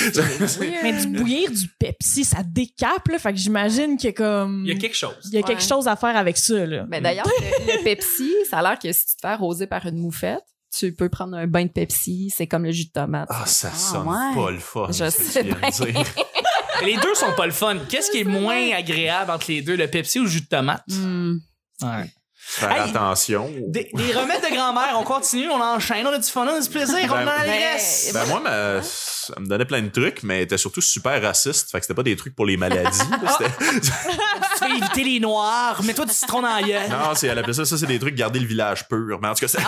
Speaker 2: Mais du bouillir du Pepsi, ça décape là, fait que j'imagine que comme
Speaker 1: Il y a quelque chose.
Speaker 2: il y a quelque
Speaker 4: Ouais.
Speaker 2: chose à faire avec ça là.
Speaker 4: Mais d'ailleurs, le, le Pepsi, ça a l'air que si tu te fais arroser par une moufette, tu peux prendre un bain de Pepsi, c'est comme le jus de tomate.
Speaker 5: Ah, ça sonne
Speaker 3: ouais.
Speaker 5: pas le fun.
Speaker 4: Je
Speaker 5: ce que tu
Speaker 4: sais
Speaker 5: viens de
Speaker 4: bien.
Speaker 5: dire.
Speaker 1: Mais les deux sont pas le fun. Qu'est-ce qui est moins agréable entre les deux, le Pepsi ou le jus de tomate?
Speaker 3: Hmm.
Speaker 1: Ouais.
Speaker 5: Faire
Speaker 1: Hey.
Speaker 5: attention.
Speaker 1: Des, des remèdes de grand-mère, on continue, on enchaîne, on a du fun, on a du plaisir, on
Speaker 5: Ben,
Speaker 1: a la
Speaker 4: ben,
Speaker 1: graisse.
Speaker 5: Ben moi, ma- ça me donnait plein de trucs, mais était surtout super raciste. Fait que c'était pas des trucs pour les maladies.
Speaker 2: Ah,
Speaker 5: là, c'était-
Speaker 1: tu veux éviter les noirs, mets-toi du citron dans la gueule.
Speaker 5: non, c'est, elle appelait ça, ça c'est des trucs garder le village pur. Mais en tout cas, ça...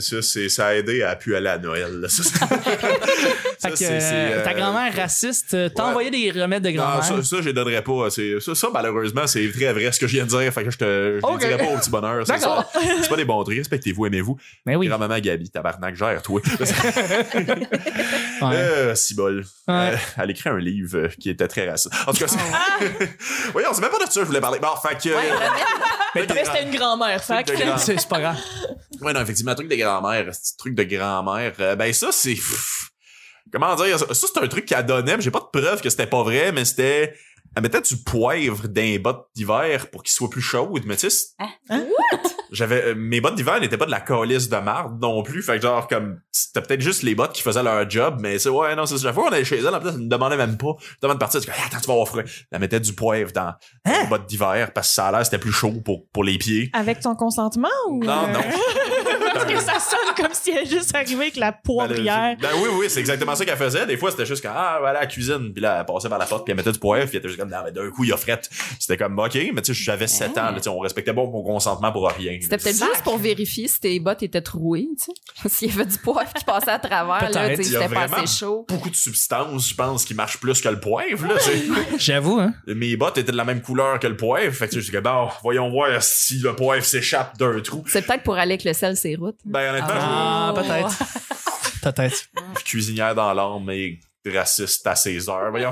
Speaker 5: ça, c'est, ça a aidé à puer aller à Noël. là. Ça, c'est-
Speaker 1: Fait
Speaker 5: Ça,
Speaker 1: que,
Speaker 5: c'est- c'est,
Speaker 1: euh, ta
Speaker 5: euh,
Speaker 1: grand-mère raciste euh, t'a
Speaker 5: ouais.
Speaker 1: envoyé des remèdes de
Speaker 5: Non,
Speaker 1: grand-mère.
Speaker 5: ça, ça, je les donnerais pas. C'est- ça, ça, malheureusement, c'est très vrai ce que je viens de dire. Fait que je te je les
Speaker 1: Ok.
Speaker 5: dirais pas au petit bonheur. c'est
Speaker 1: D'accord.
Speaker 5: ça. C'est pas des bons trucs. Respectez-vous, aimez-vous.
Speaker 1: Mais Ben oui.
Speaker 5: Grand-maman Gabi, tabarnak, gère, toi.
Speaker 1: Ouais.
Speaker 5: Euh, cibole.
Speaker 1: Ouais.
Speaker 5: Euh, elle écrit un livre euh, qui était très raciste. En tout cas, c'est...
Speaker 1: Ah
Speaker 5: Voyons, c'est même pas de ça que je voulais parler. Bon, fait que... euh,
Speaker 2: Mais c'était une grand-mère, fait
Speaker 5: Truc de grand-
Speaker 2: que
Speaker 1: C'est c'est pas grave.
Speaker 5: Ouais, non, effectivement, truc de grand-mère, ce truc de grand-mère, euh, ben ça, c'est... pff, Comment dire? Ça, ça, c'est un truc qu'elle donnait, mais j'ai pas de preuve que c'était pas vrai, mais c'était... Elle mettait du poivre dans les bottes d'hiver pour qu'ils soient plus chaudes, mais tu sais... c'est-
Speaker 2: Hein?
Speaker 5: J'avais... euh, mes bottes d'hiver n'étaient pas de la calice de marde non plus, fait que genre, comme... C'était peut-être juste les bottes qui faisaient leur job, mais c'est... Ouais, non, c'est ça. La fois qu'on allait chez elle, en plus, elle me demandait même pas. Demande de partir, elle dit, attends, tu vas avoir froid. Elle mettait du poivre dans les bottes d'hiver parce que ça a l'air, c'était plus chaud pour, pour les pieds.
Speaker 2: avec ton consentement ou
Speaker 5: Non, non.
Speaker 2: Parce que ça sonne comme si elle est juste arrivée avec la
Speaker 5: Ben,
Speaker 2: poivrière.
Speaker 5: le- Ben oui, oui, c'est exactement ça qu'elle faisait. Des fois, c'était juste comme, ah, voilà, la cuisine. Puis là, elle passait par la porte, puis elle mettait du poivre, puis elle était juste comme, non, mais d'un coup, il y a frette. C'était comme, OK, mais tu sais, j'avais 7 ans, là, tu sais, on respectait pas mon consentement pour rien.
Speaker 4: Ben C'était peut-être juste pour vérifier si tes bottes étaient trouées, tu sais. S'il y avait du poivre qui passait à travers, là,
Speaker 1: Peut-être.
Speaker 4: tu sais,
Speaker 5: Il y a
Speaker 4: c'était pas
Speaker 5: vraiment
Speaker 4: assez chaud.
Speaker 5: beaucoup de substances, je pense, qui marchent plus que le poivre, là. tu
Speaker 1: J'avoue, hein.
Speaker 5: sais. Mes bottes étaient de la même couleur que le poivre. Fait que tu sais, je suis comme, bon, voyons voir si le poivre s'échappe d'un trou.
Speaker 4: C'est peut-être pour aller avec le sel, c'est route.
Speaker 5: Ben, honnêtement,
Speaker 1: Ah, peut-être. Peut-être.
Speaker 5: je suis cuisinière dans l'âme, mais raciste à ses heures, voyons.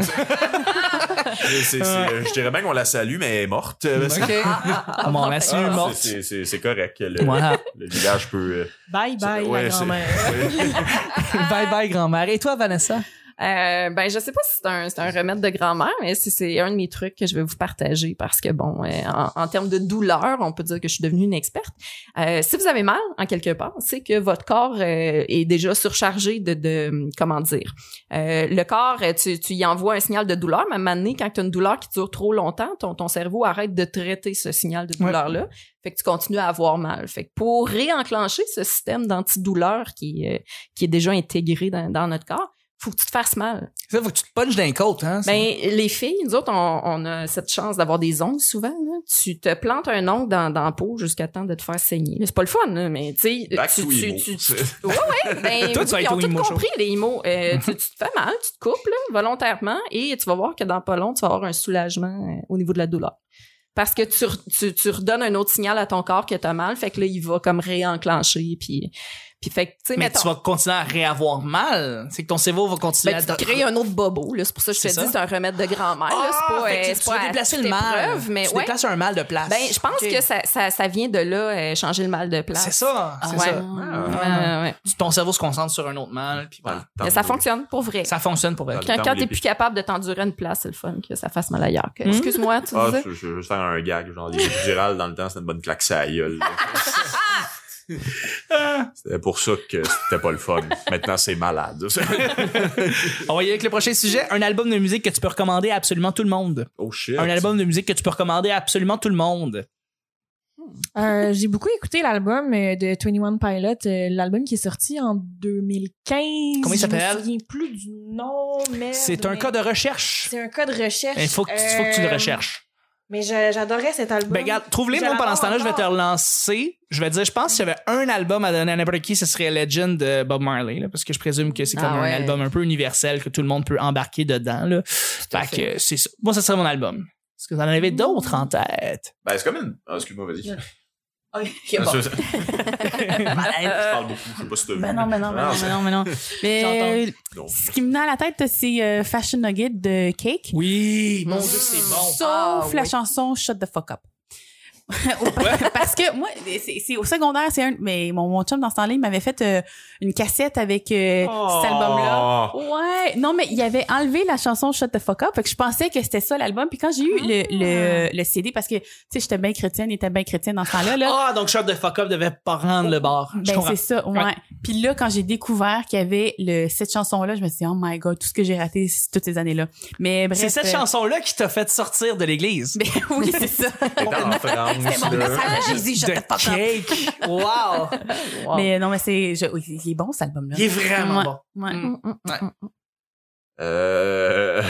Speaker 5: C'est- c'est- c'est- je dirais bien qu'on la salue, mais elle est morte. euh, parce que-
Speaker 1: Mon assiette
Speaker 5: Ah,
Speaker 1: est
Speaker 5: c'est-
Speaker 1: morte.
Speaker 5: c'est- C'est c'est correct. Le,
Speaker 1: Voilà.
Speaker 5: le village peut. euh,
Speaker 2: Bye bye,
Speaker 5: ouais,
Speaker 2: la
Speaker 5: c'est-
Speaker 2: grand-mère.
Speaker 5: ouais.
Speaker 1: Bye bye, grand-mère. Et toi, Vanessa?
Speaker 4: Euh, ben, je sais pas si c'est un, c'est un remède de grand-mère, mais si c'est un de mes trucs que je vais vous partager parce que, bon, euh, en, en termes de douleur, on peut dire que je suis devenue une experte. Euh, si vous avez mal, en quelque part, c'est que votre corps euh, est déjà surchargé de, de comment dire, euh, le corps, euh, tu, tu y envoies un signal de douleur, mais à un moment donné, quand tu as une douleur qui dure trop longtemps, ton, ton cerveau arrête de traiter ce signal de
Speaker 1: Ouais.
Speaker 4: douleur-là. Fait que tu continues à avoir mal. Fait que pour réenclencher ce système d'antidouleur qui, euh, qui est déjà intégré dans, dans notre corps, faut que tu te fasses mal.
Speaker 1: Ça, faut que tu te punches d'un côte, hein? c'est-
Speaker 4: Ben, les filles, nous autres, on, on a cette chance d'avoir des ongles souvent. là. Tu te plantes un ongle dans, dans la peau jusqu'à temps de te faire saigner. C'est pas le fun, là, mais tu sais,
Speaker 5: Back
Speaker 4: tu,
Speaker 5: to
Speaker 4: tu,
Speaker 5: imo.
Speaker 4: tu, tu- Ouais, ouais, ben,
Speaker 1: Toi, tu vas
Speaker 4: ils
Speaker 1: être
Speaker 4: ont
Speaker 1: au
Speaker 4: tout
Speaker 1: imo show. Mhm.
Speaker 4: compris, les mots. tu, tu te fais mal, tu te coupes là, volontairement et tu vas voir que dans pas long, tu vas avoir un soulagement euh, au niveau de la douleur. Parce que tu, re- tu, tu redonnes un autre signal à ton corps que t'as mal, fait que là, il va comme réenclencher, puis, puis fait que, tu sais,
Speaker 1: mais
Speaker 4: mettons-
Speaker 1: tu vas continuer à réavoir mal. C'est que ton cerveau va continuer
Speaker 4: ben,
Speaker 1: à.
Speaker 4: tu te crées un autre bobo. là. C'est pour ça que je te
Speaker 1: C'est
Speaker 4: dis,
Speaker 1: ça.
Speaker 4: c'est un remède de grand-mère.
Speaker 1: Ah,
Speaker 4: là. c'est pas,
Speaker 1: fait que
Speaker 4: euh,
Speaker 1: tu,
Speaker 4: c'est
Speaker 1: tu
Speaker 4: pas
Speaker 1: vas
Speaker 4: à
Speaker 1: déplacer le
Speaker 4: toute
Speaker 1: mal.
Speaker 4: épreuve, mais
Speaker 1: tu
Speaker 4: ouais.
Speaker 1: déplaces un mal de place.
Speaker 4: Ben, je pense
Speaker 3: Ok.
Speaker 4: que ça, ça, ça vient de là, euh, changer le mal de place.
Speaker 1: c'est ça.
Speaker 4: Ah,
Speaker 1: c'est
Speaker 4: ouais.
Speaker 1: ça.
Speaker 4: Ouais, ouais, ouais.
Speaker 1: Tu- Ton cerveau se concentre sur un autre mal. Puis voilà.
Speaker 4: Mais
Speaker 5: Dans le
Speaker 4: ça
Speaker 5: temps,
Speaker 4: fonctionne pour vrai.
Speaker 1: Ça fonctionne pour elle.
Speaker 5: Dans le
Speaker 4: Quand,
Speaker 5: temps
Speaker 4: quand
Speaker 5: où
Speaker 4: t'es
Speaker 5: les
Speaker 4: plus capable de t'endurer une place, c'est le fun que ça fasse mal ailleurs.
Speaker 1: Hmm?
Speaker 4: que- Excuse-moi, tu
Speaker 5: Ah,
Speaker 4: disais?
Speaker 5: je, je, je vais faire un gag, genre les Gérald dans le temps, c'était une bonne claque à la gueule, là. C'était pour ça que c'était pas le fun. Maintenant, c'est malade.
Speaker 1: On va y aller avec le prochain sujet. Un album de musique que tu peux recommander à absolument tout le monde.
Speaker 5: oh shit.
Speaker 1: Un album de musique que tu peux recommander à absolument tout le monde.
Speaker 2: Euh, J'ai beaucoup écouté l'album euh, de 21 Pilot, euh, l'album qui est sorti en 2015.
Speaker 1: Comment il s'appelle?
Speaker 2: Je me souviens plus du nom, mais.
Speaker 1: C'est un cas de recherche.
Speaker 2: C'est un code de recherche.
Speaker 1: Il faut que, tu- faut que tu le
Speaker 2: Euh,
Speaker 1: recherches.
Speaker 2: Mais j'a- j'adorais cet album.
Speaker 1: Ben, regarde, trouve-les,
Speaker 2: Je
Speaker 1: moi, pendant
Speaker 2: l'adore
Speaker 1: ce temps-là, je vais te
Speaker 2: encore.
Speaker 1: relancer. Je vais dire, je pense qu'il y avait un album à donner à n'importe qui, ce serait Legend de Bob Marley, là, parce que je présume que c'est
Speaker 4: Ah
Speaker 1: comme
Speaker 4: ouais.
Speaker 1: un album un peu universel que tout le monde peut embarquer dedans, là.
Speaker 4: à
Speaker 1: Fait
Speaker 4: fait.
Speaker 1: que c'est ça. Moi, ça serait mon album. Est-ce que vous en avez d'autres en tête?
Speaker 5: Ben, c'est comme une. Ah, excuse-moi, vas-y.
Speaker 4: Ok, bon.
Speaker 5: Je je parle beaucoup, je sais pas si t'as vu. Ah,
Speaker 3: Ben non, mais non, mais non, mais non, mais non. Mais
Speaker 5: Non.
Speaker 3: ce qui me vient à la tête, c'est euh, Fashion Nugget de Cake.
Speaker 1: Oui, mon Dieu, c'est bon.
Speaker 3: Sauf
Speaker 4: Ah,
Speaker 3: la
Speaker 4: oui.
Speaker 3: chanson Shut the fuck up. Parce que moi, c'est c'est au secondaire, c'est un. Mais mon, mon chum dans ce temps-là, il m'avait fait euh, une cassette avec euh,
Speaker 1: Oh.
Speaker 3: cet album-là.
Speaker 5: Oh,
Speaker 3: Ouais, non mais il avait enlevé la chanson Shut the fuck up, fait que je pensais que c'était ça l'album. Puis quand j'ai eu le,
Speaker 1: Ah.
Speaker 3: le, le CD, parce que tu sais, j'étais bien chrétienne, il était bien chrétienne dans ce temps-là. Là,
Speaker 1: Ah, donc Shot de Fuck Up devait pas rendre le bar. Je
Speaker 3: ben
Speaker 1: comprends.
Speaker 3: c'est ça, ouais.
Speaker 1: Ouais.
Speaker 3: Puis là, quand j'ai découvert qu'il y avait le, cette chanson-là, je me suis dit oh my god, tout ce que j'ai raté c- toutes ces années-là. Mais bref,
Speaker 1: C'est cette
Speaker 3: euh,
Speaker 1: chanson-là qui t'a fait sortir de l'église.
Speaker 3: Ben oui, c'est ça.
Speaker 5: T'es en France,
Speaker 3: C'était
Speaker 1: Ah,
Speaker 5: là.
Speaker 3: mon message à Jésus, Shut
Speaker 1: de
Speaker 3: the fuck up.
Speaker 1: cake. Wow.
Speaker 4: Wow.
Speaker 3: Mais non mais c'est, je- oui, il est bon cet album-là.
Speaker 1: Il est vraiment
Speaker 3: Ouais.
Speaker 1: bon.
Speaker 3: Ouais.
Speaker 4: Hmm,
Speaker 1: Mm.
Speaker 5: Euh.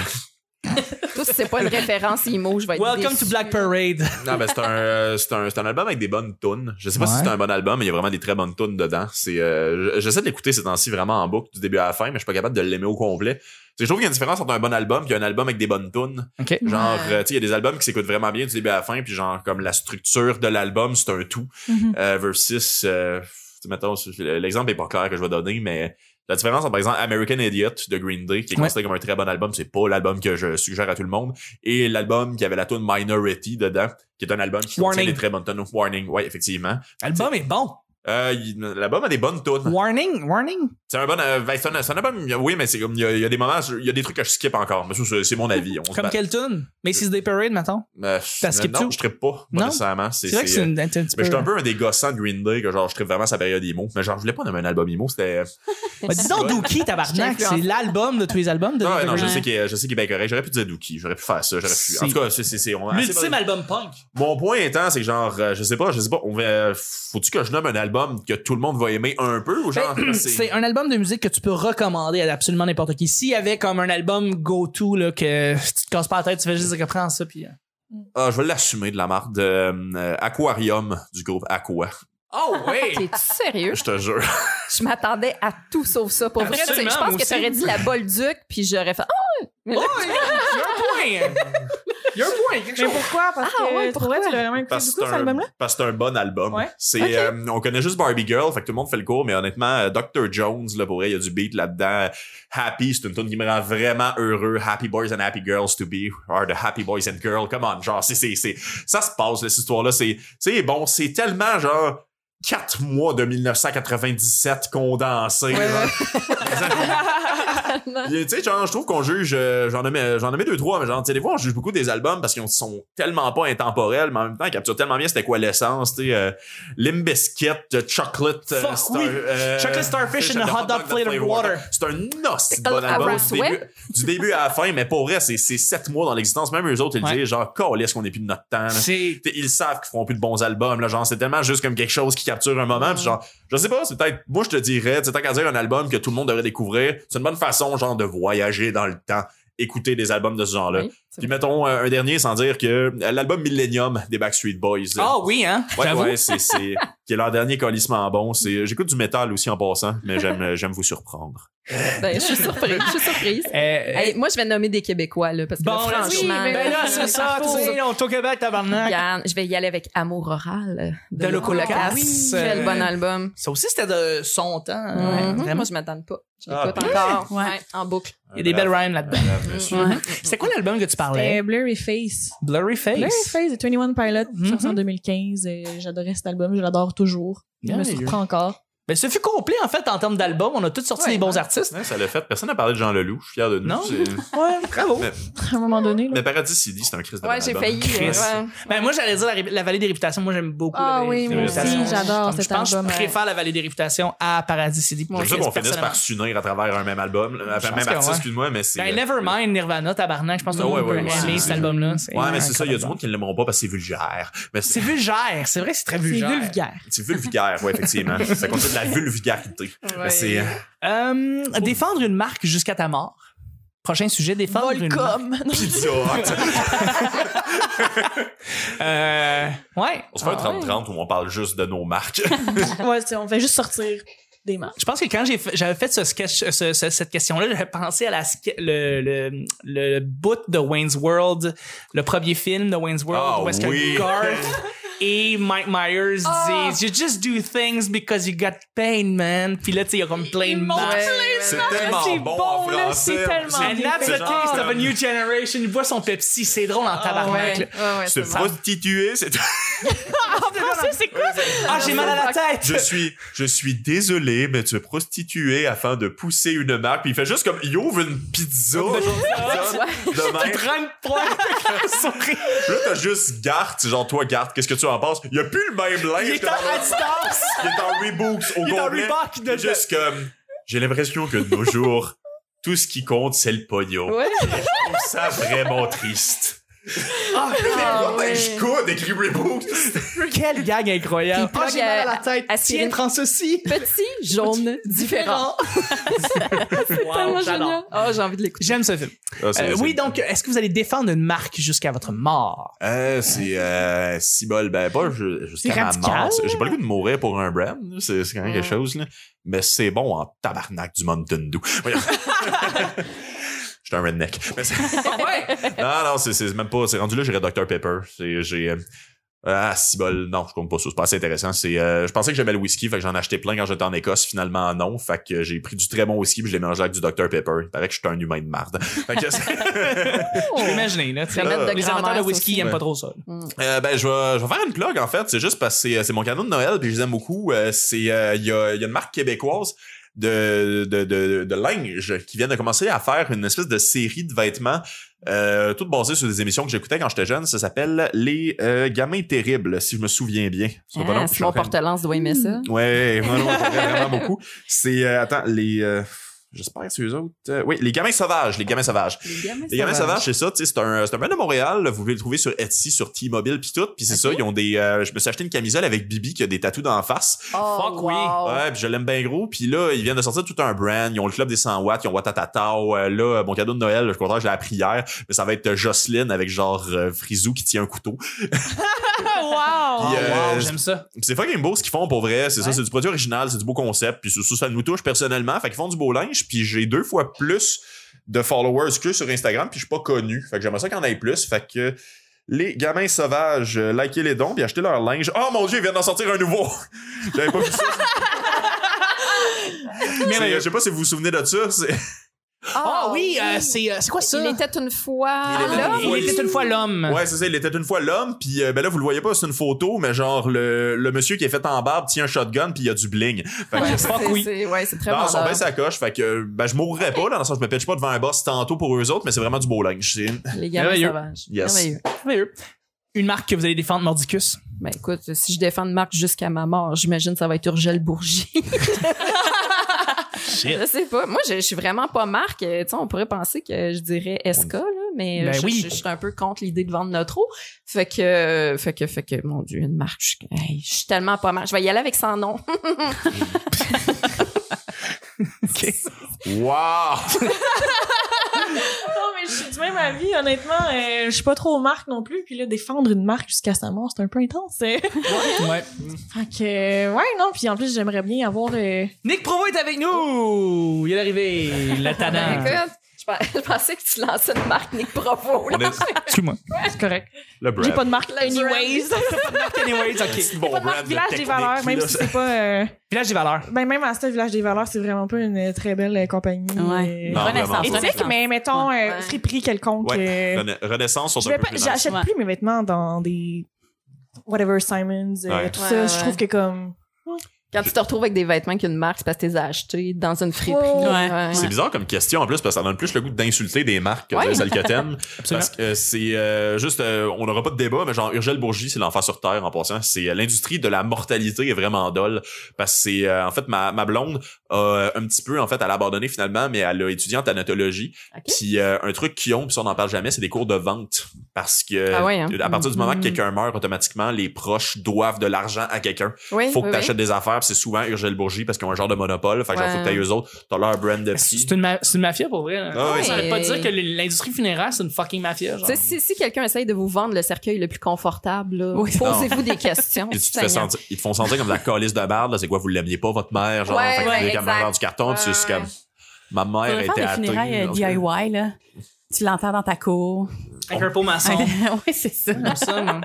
Speaker 4: Toi, si c'est pas une référence IMO, je vais être
Speaker 1: Welcome
Speaker 4: déçue.
Speaker 1: to Black Parade.
Speaker 5: Non, ben, c'est un, euh, c'est un, c'est un album avec des bonnes tunes. Je sais pas si
Speaker 1: Ouais.
Speaker 5: c'est un bon album, mais il y a vraiment des très bonnes tunes dedans. C'est, euh, j- j'essaie de l'écouter ces temps-ci vraiment en boucle, du début à la fin, mais je suis pas capable de l'aimer au complet. C'est- Je trouve qu'il y a une différence entre un bon album et un album avec des bonnes tunes.
Speaker 1: OK.
Speaker 5: Genre, euh, tu sais, il y a des albums qui s'écoutent vraiment bien du début à la fin, puis genre, comme la structure de l'album, c'est un tout.
Speaker 2: Mhm.
Speaker 5: Euh, versus, euh, tu sais, mettons, l'exemple est pas clair que je vais donner, mais la différence entre, par exemple, American Idiot de Green Day, qui est
Speaker 1: Ouais.
Speaker 5: considéré comme un très bon album, c'est pas l'album que je suggère à tout le monde, et l'album qui avait la tune Minority dedans, qui est un album qui
Speaker 1: Warning.
Speaker 5: contient des très bonnes tunes. Warning, ouais, effectivement.
Speaker 1: L'album est bon.
Speaker 5: Euh, il- l'album a des bonnes tunes.
Speaker 1: Warning, warning.
Speaker 5: C'est un bon, euh, ben, c'est un, c'est un album, oui, mais c'est comme, il y, a- il y a des moments, il y a des trucs que je skip encore, mais ça, c'est- c'est mon avis. On se
Speaker 1: Comme
Speaker 5: bat.
Speaker 1: quelle tune? Macy's Day Parade, mettons.
Speaker 5: Euh,
Speaker 1: T'as skippé
Speaker 5: non,
Speaker 1: tout?
Speaker 5: je trippe pas,
Speaker 1: Non?
Speaker 5: pas nécessairement. C'est
Speaker 1: C'est vrai que c'est
Speaker 5: euh,
Speaker 1: une- un petit
Speaker 5: ben,
Speaker 1: peu...
Speaker 5: j'étais un peu un des gossants de Green Day, que genre, je trippe vraiment sa période emo. Mais genre, je voulais pas nommer un album emo, c'était.
Speaker 1: Ben, dis donc Dookie, tabarnak.
Speaker 4: Je t'influence.
Speaker 1: C'est l'album de tous les albums de
Speaker 5: Non,
Speaker 1: Day
Speaker 5: Ah non, je
Speaker 1: Parade.
Speaker 5: sais qu'il est, je sais qu'il est bien correct. J'aurais pu dire Dookie, j'aurais pu faire ça, j'aurais pu. En
Speaker 1: C'est-
Speaker 5: tout cas, c'est, c'est, bah, c'est- on-
Speaker 1: L'ultime album punk.
Speaker 5: Mon point étant, c'est que genre, euh, je sais pas, je sais pas, on va, faut-tu que je nomme un album que tout le monde va aimer un peu ou genre,
Speaker 1: Ben, C'est un album de musique que tu peux recommander à absolument n'importe qui. S'il y avait comme un album go-to, là, que si tu te casses pas la tête, tu fais juste dire prends ça, puis. euh,
Speaker 5: Ah, je vais l'assumer de la marque de euh, Aquarium du groupe Aqua.
Speaker 1: Oh oui!
Speaker 4: T'es-tu sérieux?
Speaker 5: Je te jure.
Speaker 4: Je m'attendais à tout sauf ça. Pour vrai, tu sais,
Speaker 1: Absolument,
Speaker 4: je
Speaker 1: moi
Speaker 4: pense que
Speaker 1: aussi.
Speaker 4: t'aurais dit la Bolduc, puis j'aurais fait...
Speaker 1: Oh, il y a un point! Il y a un point, quelque
Speaker 2: Mais
Speaker 1: chose.
Speaker 2: pourquoi?
Speaker 4: Ah
Speaker 2: Parce que
Speaker 4: ouais,
Speaker 2: pour vrai,
Speaker 4: pourquoi?
Speaker 2: tu l'as vraiment écouté
Speaker 5: Parce que
Speaker 2: beaucoup,
Speaker 5: c'est
Speaker 2: cet
Speaker 5: un,
Speaker 2: album-là?
Speaker 5: parce que c'est un bon album.
Speaker 2: Ouais.
Speaker 5: C'est,
Speaker 4: Ok.
Speaker 5: euh, on connaît juste Barbie Girl, fait que tout le monde fait le cours, mais honnêtement, euh, Dr. Jones, là, pour vrai, il y a du beat là-dedans. Happy, c'est une tune qui me rend vraiment heureux. Happy boys and happy girls to be are the happy boys and girls. Come on, genre, c'est, c'est, c'est, ça se passe, là, cette histoire-là. C'est, c'est bon, c'est tellement, genre, quatre mois de 1997 condensés. genre. Puis, tu sais, genre, je trouve qu'on juge, euh, j'en ai, mis- j'en ai mis deux, trois, mais genre, tu sais, des fois, on juge beaucoup des albums parce qu'ils sont tellement pas intemporels, mais en même temps, ils capturent tellement bien c'était quoi l'essence, tu sais, euh, Limbiskit, euh, Chocolate, euh,
Speaker 1: Fuck oui.
Speaker 5: euh,
Speaker 1: Chocolate Starfish
Speaker 5: Fish
Speaker 1: and a Hot Dog Flavored Water.
Speaker 5: C'est un noce
Speaker 4: all
Speaker 5: bon album
Speaker 4: around.
Speaker 5: du début,
Speaker 4: Ouais.
Speaker 5: du début à la fin, mais pour vrai, c'est c'est sept mois dans l'existence. Même eux autres, ils
Speaker 1: Ouais.
Speaker 5: disent, genre, calisse qu'on est plus de notre temps, là.
Speaker 1: C'est.
Speaker 5: T'sais, ils savent qu'ils feront plus de bons albums là genre c'est tellement juste comme quelque chose qui capture un moment puis genre je sais pas c'est peut-être moi je te dirais c'est tant qu'à dire un album que tout le monde devrait découvrir c'est une bonne façon genre de voyager dans le temps écouter des albums de ce genre là
Speaker 4: Oui, c'est
Speaker 5: puis mettons euh, un dernier sans dire que euh, l'album Millennium des Backstreet Boys
Speaker 1: Ah oui, hein?
Speaker 5: Ouais,
Speaker 1: J'avoue.
Speaker 5: ouais, c'est, c'est, qui est leur dernier colissement bon. C'est, euh, j'écoute du métal aussi en passant, mais j'aime, euh, j'aime vous surprendre.
Speaker 4: Ben, je suis surprise. Je suis surprise.
Speaker 1: Euh,
Speaker 4: Hey, moi, je vais nommer des Québécois, là, parce que
Speaker 1: Bon,
Speaker 4: là,
Speaker 1: là,
Speaker 2: oui,
Speaker 4: franchement,
Speaker 2: mais-
Speaker 1: ben là, c'est ça, tu sais, on est au Québec, tabarnak.
Speaker 4: Yann, je vais y aller avec Amour Oral
Speaker 1: De Euh, Loco Locas.
Speaker 4: Oui, quel bon album.
Speaker 1: Ça aussi, c'était de son temps. euh,
Speaker 4: Mhm.
Speaker 1: Vraiment.
Speaker 4: Moi, je m'attends pas. Je
Speaker 5: Ah,
Speaker 4: l'écoute
Speaker 5: puis-
Speaker 4: encore.
Speaker 3: Ouais.
Speaker 4: Ouais, en boucle.
Speaker 1: Il y a des belles rhymes là-dedans.
Speaker 5: Bravo, monsieur.
Speaker 4: Ouais.
Speaker 1: C'était quoi l'album que tu parlais?
Speaker 2: C'était Blurry Face.
Speaker 1: Blurry Ah Face.
Speaker 2: Blurry Face de 21 Pilot, sorti en
Speaker 1: Mhm.
Speaker 2: 2015. et J'adorais cet album, je l'adore toujours. Il me
Speaker 1: Yeah,
Speaker 2: surprend encore.
Speaker 1: Ben, ce fut complet, en fait, en termes d'album. On a tous sorti
Speaker 2: Ouais.
Speaker 1: les bons artistes.
Speaker 5: Ouais, ça l'a fait. Personne n'a parlé de Jean Leloup. Je suis fier de nous.
Speaker 1: Non.
Speaker 5: C'est-
Speaker 1: Ouais, bravo.
Speaker 5: Mais-
Speaker 2: À un moment donné, là.
Speaker 5: mais Paradis City, c'est un Christ de bon
Speaker 4: Ouais, j'ai
Speaker 5: album.
Speaker 4: failli.
Speaker 1: Chris.
Speaker 4: euh, ouais.
Speaker 1: Ben, moi, j'allais dire la, ré- la Vallée des Réputations. Moi, j'aime beaucoup
Speaker 4: Ah
Speaker 1: la Vallée
Speaker 4: oui,
Speaker 1: des
Speaker 5: moi
Speaker 1: Réputations.
Speaker 5: aussi,
Speaker 2: j'adore
Speaker 1: Comme
Speaker 2: cet
Speaker 1: Je pense que je
Speaker 2: album, ouais.
Speaker 1: préfère la Vallée des Réputations à Paradis City.
Speaker 5: C'est sûr qu'on finisse par s'unir à travers un même album, là,
Speaker 1: Je
Speaker 5: un
Speaker 1: pense
Speaker 5: même
Speaker 1: que
Speaker 5: artiste,
Speaker 1: ouais.
Speaker 5: excuse-moi, mais c'est.
Speaker 1: Ben, Nevermind, Nirvana, Tabarnak. Je pense que
Speaker 5: Ah
Speaker 1: tout le
Speaker 5: ouais,
Speaker 1: monde
Speaker 5: ouais,
Speaker 1: peut
Speaker 5: ouais,
Speaker 1: aimer
Speaker 5: c'est-
Speaker 1: cet album-là.
Speaker 5: Ouais, mais c'est ça, il y a du
Speaker 1: incroyable.
Speaker 5: monde qui ne l'aimeront pas parce que c'est vulgaire. Mais
Speaker 1: C'est
Speaker 5: c'est
Speaker 1: vulgaire. C'est vrai que c'est très
Speaker 2: C'est
Speaker 1: vulgaire.
Speaker 2: vulgaire.
Speaker 5: c'est vulgaire, ouais, effectivement. ça contient de la vulgarité. Mais c'est.
Speaker 1: Euh, défendre une marque jusqu'à ta mort. Prochain sujet, défendre une marque.
Speaker 2: Volcom. Non,
Speaker 5: Pizza Hut.
Speaker 1: Euh, ouais.
Speaker 5: On se fait un
Speaker 1: Ah,
Speaker 5: 30-30 où on parle juste de nos marques.
Speaker 2: ouais, c'est- on fait juste sortir des marques.
Speaker 1: Je pense que quand j'ai fait- j'avais fait ce sketch, euh, ce- ce- cette question-là, j'avais pensé à la, ske- le, le, le bout de Wayne's World, le premier film de Wayne's World,
Speaker 5: Ah,
Speaker 1: où est-ce
Speaker 5: oui.
Speaker 1: que Garth et Mike Myers
Speaker 4: Ah.
Speaker 1: disent You just do things because you got pain, man. Puis là, tu sais, il y a comme plein de marques.
Speaker 5: C'est tellement
Speaker 2: c'est
Speaker 5: bon, en
Speaker 2: bon, là,
Speaker 5: français.
Speaker 2: c'est tellement
Speaker 4: Ah,
Speaker 1: And
Speaker 2: bien
Speaker 1: that's
Speaker 5: C'est
Speaker 1: the
Speaker 5: genre
Speaker 1: taste of a
Speaker 5: comme-
Speaker 1: new generation. Il boit son Pepsi, c'est drôle
Speaker 4: Ah,
Speaker 1: en tabarnak. là.
Speaker 5: Se prostituer, c'est.
Speaker 2: c'est quoi?
Speaker 1: Ah, j'ai mal à la tête!
Speaker 5: Je suis, je suis désolé, mais tu es prostitué afin de pousser une marque. Puis il fait juste comme, il ouvre une pizza. de même.
Speaker 1: train de prendre un sourire.
Speaker 5: Là, t'as juste Garth, genre toi, Garth, qu'est-ce que tu en penses? Il a plus le même linge.
Speaker 1: Il est
Speaker 5: que
Speaker 1: en
Speaker 5: dans le-
Speaker 1: Adidas!
Speaker 5: Il est en Reeboks au
Speaker 1: Il est en
Speaker 5: complet.
Speaker 1: Reebok de
Speaker 5: C'est juste comme, j'ai l'impression que de nos jours, tout ce qui compte, c'est le pognon.
Speaker 4: Ouais.
Speaker 5: Je trouve ça vraiment triste.
Speaker 1: Ah,
Speaker 4: Ah, ouais.
Speaker 5: Je coude, écrit Reebok.
Speaker 1: Quelle gag incroyable! Ah,
Speaker 4: Puis il plug à-
Speaker 1: tête!
Speaker 4: à Cyril.
Speaker 1: prends ceci!
Speaker 4: Petit, jaune, différent.
Speaker 1: Wow,
Speaker 4: Tellement
Speaker 1: Ah, j'adore.
Speaker 4: génial. Oh, j'ai envie de l'écouter.
Speaker 1: J'aime ce film. Euh, oui, donc, est-ce que vous allez défendre une marque jusqu'à votre mort?
Speaker 5: Euh, c'est euh, si bol, ben pas ju- jusqu'à
Speaker 2: C'est
Speaker 5: ma
Speaker 2: radical,
Speaker 5: mort. J'ai pas le goût de mourir pour un brand, là. c'est c'est quand même quelque chose là. Mais c'est bon en tabarnak du Mountain Dew. Voyons. J'étais un redneck. Mais c'est-
Speaker 2: Ah
Speaker 5: non, non, c'est- c'est même pas. C'est rendu là, j'irais Dr Pepper. C'est- J'ai euh, ah si bol, non, je compte pas ça. C'est pas assez intéressant. C'est, euh, je pensais que j'aimais le whisky, fait que j'en achetais plein quand j'étais en Écosse. Finalement non, fait que euh, j'ai pris du très bon whisky, puis je l'ai mélangé avec du Dr Pepper. Il paraît que je suis un humain de marde. Fait que c'est-
Speaker 1: Je peux imaginer, là. tu sais,
Speaker 4: Oh. Remède de
Speaker 1: les amateurs de
Speaker 4: grand-mère,
Speaker 1: whisky
Speaker 4: ça
Speaker 1: ils aiment
Speaker 5: aussi.
Speaker 1: pas trop ça.
Speaker 5: Euh, ben, je vais, je vais faire une plug, en fait. C'est juste parce que c'est- c'est mon cadeau de Noël, puis je les aime beaucoup. Euh, c'est, euh, il y, a, il y a une marque québécoise de, de, de, de linge qui vient de commencer à faire une espèce de série de vêtements, euh, toute basée sur des émissions que j'écoutais quand j'étais jeune. Ça s'appelle Les euh, Gamins Terribles, si je me souviens bien. C'est pas long,
Speaker 4: Ah,
Speaker 5: je
Speaker 4: C'est
Speaker 5: suis
Speaker 4: mon
Speaker 5: en train de-
Speaker 4: porte-lance doit aimer
Speaker 1: Mmh.
Speaker 4: ça.
Speaker 5: Ouais, moi, non, j'en ai vraiment beaucoup. C'est, euh, attends, les... euh, J'espère que c'est eux autres. euh, oui, les gamins sauvages, les gamins sauvages. Les gamins sauvages, c'est ça, tu sais, c'est un, c'est un brand de Montréal, vous pouvez le trouver sur Etsy, sur T-Mobile pis tout, puis c'est ça, ils ont des, euh, je me suis acheté une camisole avec Bibi qui a des tatous d'en face.
Speaker 4: Oh,
Speaker 1: Fuck oui.
Speaker 4: wow.
Speaker 5: Ouais, puis je l'aime bien gros, puis là, ils viennent de sortir tout un brand, ils ont le club des 100 watts, ils ont Watatatao, euh, là, mon cadeau de Noël, je suis content, je l'ai appris hier, mais ça va être euh, Jocelyne avec genre euh, Frisou qui tient un couteau.
Speaker 2: wow!
Speaker 1: Ah,
Speaker 5: Puis, euh,
Speaker 1: wow, j'aime ça.
Speaker 5: Pis c'est fucking beau ce qu'ils font pour vrai. C'est ça, c'est du produit original, c'est du beau concept. Puis ça, ça, ça nous touche personnellement. Fait qu'ils font du beau linge. page, puis j'ai deux fois plus de followers que sur Instagram, puis je suis pas connu. Fait que j'aimerais ça qu'il y en ait plus. Fait que les gamins sauvages, euh, likez les dons, puis achetez leur linge. Oh mon dieu, ils viennent d'en sortir un nouveau! J'avais pas vu ça. C'est- euh, Je sais pas si vous vous souvenez de ça. c'est-
Speaker 1: Ah oui, euh, c'est euh, c'est quoi ça?
Speaker 4: Il était une fois
Speaker 5: Il était
Speaker 4: là.
Speaker 5: une fois-
Speaker 1: Il était une fois l'homme.
Speaker 5: Ouais, c'est ça, il était une fois l'homme, puis euh, ben là, vous le voyez pas, c'est une photo, mais genre, le, le monsieur qui est fait en barbe tient un shotgun, puis il y a du bling. Fait que
Speaker 4: Ouais,
Speaker 1: Fuck
Speaker 4: c'est-
Speaker 1: oui.
Speaker 4: c'est- Ouais, c'est très
Speaker 5: Non, ils sont
Speaker 4: vendeur.
Speaker 5: bien sacoche, fait que euh, ben, je mourrais pas, là, dans le sens je me pitche pas devant un boss tantôt pour eux autres, mais c'est vraiment du beau linge. C'est-
Speaker 4: Les gamins
Speaker 1: Merveilleux.
Speaker 4: sauvages.
Speaker 5: Yes.
Speaker 4: Merveilleux.
Speaker 1: Merveilleux. Une marque que vous allez défendre, Mordicus.
Speaker 4: Ben écoute, si je défends une marque jusqu'à ma mort, j'imagine que ça va être Urgel Bourgie.
Speaker 1: Shit.
Speaker 4: je sais pas. Moi, je, je suis vraiment pas marque. Euh, Tu sais, on pourrait penser que je dirais SK, là, mais euh,
Speaker 1: Ben
Speaker 4: je,
Speaker 1: oui.
Speaker 4: je- je suis un peu contre l'idée de vendre notre eau. Fait que, euh, fait que, fait que, mon Dieu, une marque. Je, hey, je suis tellement pas marque. Je vais y aller avec son nom.
Speaker 5: Wow!
Speaker 2: Non, mais je suis du même avis, honnêtement. euh, je suis pas trop aux marques non plus. Puis là, défendre une marque jusqu'à sa mort, c'est un peu intense. euh.
Speaker 1: Ouais.
Speaker 2: Fait que, euh, ouais, non. Puis en plus, j'aimerais bien avoir. euh,
Speaker 1: Nick Provo est avec nous! Oh! Il est arrivé, le
Speaker 4: Ben,
Speaker 1: tannant.
Speaker 4: écoute, je, pens- je pensais que tu lançais une marque Nick Provo. là.
Speaker 5: On est-
Speaker 1: Excuse-moi.
Speaker 2: C'est correct.
Speaker 5: Le
Speaker 2: J'ai
Speaker 5: brand.
Speaker 2: pas de marque,
Speaker 4: Le
Speaker 2: anyways.
Speaker 1: Anyways, OK.
Speaker 5: C'est bon
Speaker 2: Pas de marque
Speaker 5: brand de
Speaker 2: Village des
Speaker 5: technique,
Speaker 2: Valeurs, même
Speaker 5: là.
Speaker 2: si c'est pas. euh,
Speaker 1: Village des valeurs.
Speaker 2: Ben, même à ce Village des Valeurs, c'est vraiment pas une très belle euh, compagnie.
Speaker 3: Ouais.
Speaker 2: euh,
Speaker 5: Non, vraiment
Speaker 3: Renaissance,
Speaker 5: pas.
Speaker 2: éthique,
Speaker 3: Renaissance.
Speaker 2: mais mettons,
Speaker 4: Ouais.
Speaker 2: euh, friperie quelconque.
Speaker 5: Ouais.
Speaker 2: euh,
Speaker 5: Rena- Renaissance sont
Speaker 2: je
Speaker 5: un
Speaker 2: vais
Speaker 5: peu
Speaker 2: pas-
Speaker 5: plus nice.
Speaker 2: J'achète
Speaker 3: Ouais.
Speaker 2: plus mes vêtements dans des. Whatever, Simons, euh,
Speaker 5: Ouais.
Speaker 2: tout
Speaker 4: Ouais,
Speaker 2: ça.
Speaker 4: ouais,
Speaker 2: Je
Speaker 4: ouais.
Speaker 2: trouve que comme.
Speaker 4: Quand tu te retrouves avec des vêtements qu'une marque, c'est parce que tu les as achetés dans une friperie.
Speaker 2: Ouais.
Speaker 4: Ouais.
Speaker 5: C'est bizarre comme question en plus parce que ça donne plus le goût d'insulter des marques que
Speaker 4: Ouais.
Speaker 5: de celles que t'aimes.
Speaker 1: Absolument.
Speaker 5: parce que c'est euh, juste, euh, on n'aura pas de débat, mais genre Urgel Bourgie, c'est l'enfer sur terre en passant. C'est euh, l'industrie de la mortalité est vraiment dolle parce que c'est euh, en fait ma, ma blonde a euh, un petit peu en fait elle a abandonné finalement, mais elle a étudié en thanatologie.
Speaker 4: Ok.
Speaker 5: Puis euh, un truc qu'ils ont, puis ça on n'en parle jamais, c'est des cours de vente parce que
Speaker 4: Ah ouais, hein?
Speaker 5: à partir du moment que quelqu'un meurt automatiquement, les proches doivent de l'argent à quelqu'un.
Speaker 4: Oui,
Speaker 5: Faut que
Speaker 4: oui,
Speaker 5: t'achètes des affaires, puis c'est souvent Urgel Bourgie parce qu'ils ont un genre de monopole. Fait que genre,
Speaker 4: Ouais.
Speaker 5: faut que t'ailles eux autres, t'as leur brand de
Speaker 1: C'est
Speaker 5: filles.
Speaker 1: c'est une, ma- c'est une mafia pour vrai. là.
Speaker 5: Ah ouais,
Speaker 1: Ça
Speaker 4: c'est-
Speaker 1: veut pas dire que le- l'industrie funéraire, c'est une fucking mafia.
Speaker 4: oui.
Speaker 1: Genre.
Speaker 4: Tu sais, Si, si quelqu'un essaye de vous vendre le cercueil le plus confortable, là,
Speaker 3: Oui.
Speaker 4: posez-vous des questions.
Speaker 5: Puis tu te fais
Speaker 4: Seigneur.
Speaker 5: sentir- ils te font sentir comme de la calice de barde, là. C'est quoi, vous l'aimiez pas, votre mère? Genre,
Speaker 4: Ouais,
Speaker 5: fait que
Speaker 4: ouais,
Speaker 5: vous avez comme
Speaker 4: exact.
Speaker 5: avoir du carton, puis c'est juste
Speaker 4: Ouais,
Speaker 5: comme, ma mère
Speaker 3: Faudrait faire
Speaker 5: était
Speaker 3: des
Speaker 5: athée.
Speaker 3: funérailles euh,
Speaker 5: en tout cas.
Speaker 3: DIY, là. Tu l'entends dans ta cour.
Speaker 1: Avec un pot maçon.
Speaker 3: oui, c'est ça.
Speaker 1: Comme ça, moi.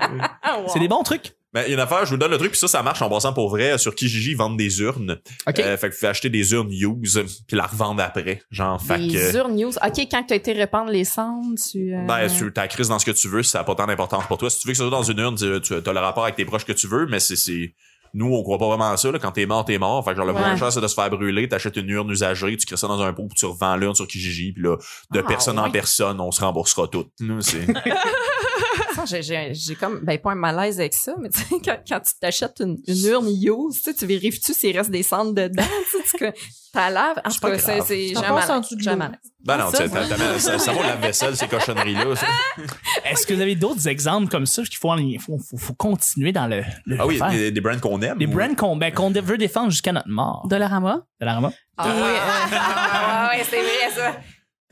Speaker 1: C'est des bons trucs.
Speaker 5: Ben, il y a une affaire, je vous donne le truc, puis ça, ça marche en passant pour vrai. Sur Kijiji, ils vendent des urnes.
Speaker 1: OK.
Speaker 5: Euh, fait que vous pouvez acheter des urnes use, puis la revendre après. Genre, fait
Speaker 4: Des
Speaker 5: que.
Speaker 4: urnes news. OK, quand tu as été répandre les cendres, tu. euh,
Speaker 5: euh. Ben, tu t'as crise dans ce que tu veux, ça n'a pas tant d'importance pour toi. Si tu veux que ça soit dans une urne, tu, tu as le rapport avec tes proches que tu veux, mais c'est, c'est, nous, on croit pas vraiment à ça, là. Quand t'es mort, t'es mort. Fait que genre, le
Speaker 4: Ouais.
Speaker 5: moins cher, c'est de se faire brûler, t'achètes une urne usagée, tu crées ça dans un pot, puis tu revends l'urne sur Kijiji, puis là, de
Speaker 4: Ah,
Speaker 5: personne en
Speaker 4: ouais.
Speaker 5: personne, on se remboursera tout. Nous, c'est,
Speaker 4: Ça, j'ai- j'ai j'ai comme, ben, pas un malaise avec ça, mais tu sais, quand, quand tu t'achètes une, une urne use, tu sais, tu vérifies-tu s'il reste des cendres dedans, tu sais, tu que- t'as laves. En tout
Speaker 5: pas
Speaker 4: cas, c'est,
Speaker 5: grave.
Speaker 4: c'est, j'ai
Speaker 2: T'en
Speaker 4: un
Speaker 2: passes en
Speaker 4: malaise,
Speaker 2: dessous de
Speaker 4: j'ai un
Speaker 2: l'eau.
Speaker 4: malaise.
Speaker 5: ben non,
Speaker 4: Ça,
Speaker 5: tu sais, t'as- t'as- ça, ça vaut la vaisselle, ces cochonneries-là. ça.
Speaker 1: Est-ce que vous avez d'autres exemples comme ça qu'il faut, en- faut, faut, faut continuer dans le. le
Speaker 5: Ah oui,
Speaker 1: faire?
Speaker 5: des, des brands qu'on aime.
Speaker 1: Des
Speaker 5: ou-
Speaker 1: brands qu'on ben, qu'on veut défendre jusqu'à notre mort.
Speaker 3: Dolorama.
Speaker 1: Dollarama.
Speaker 4: Ah, ouais, ah, ouais, c'est vrai, ça.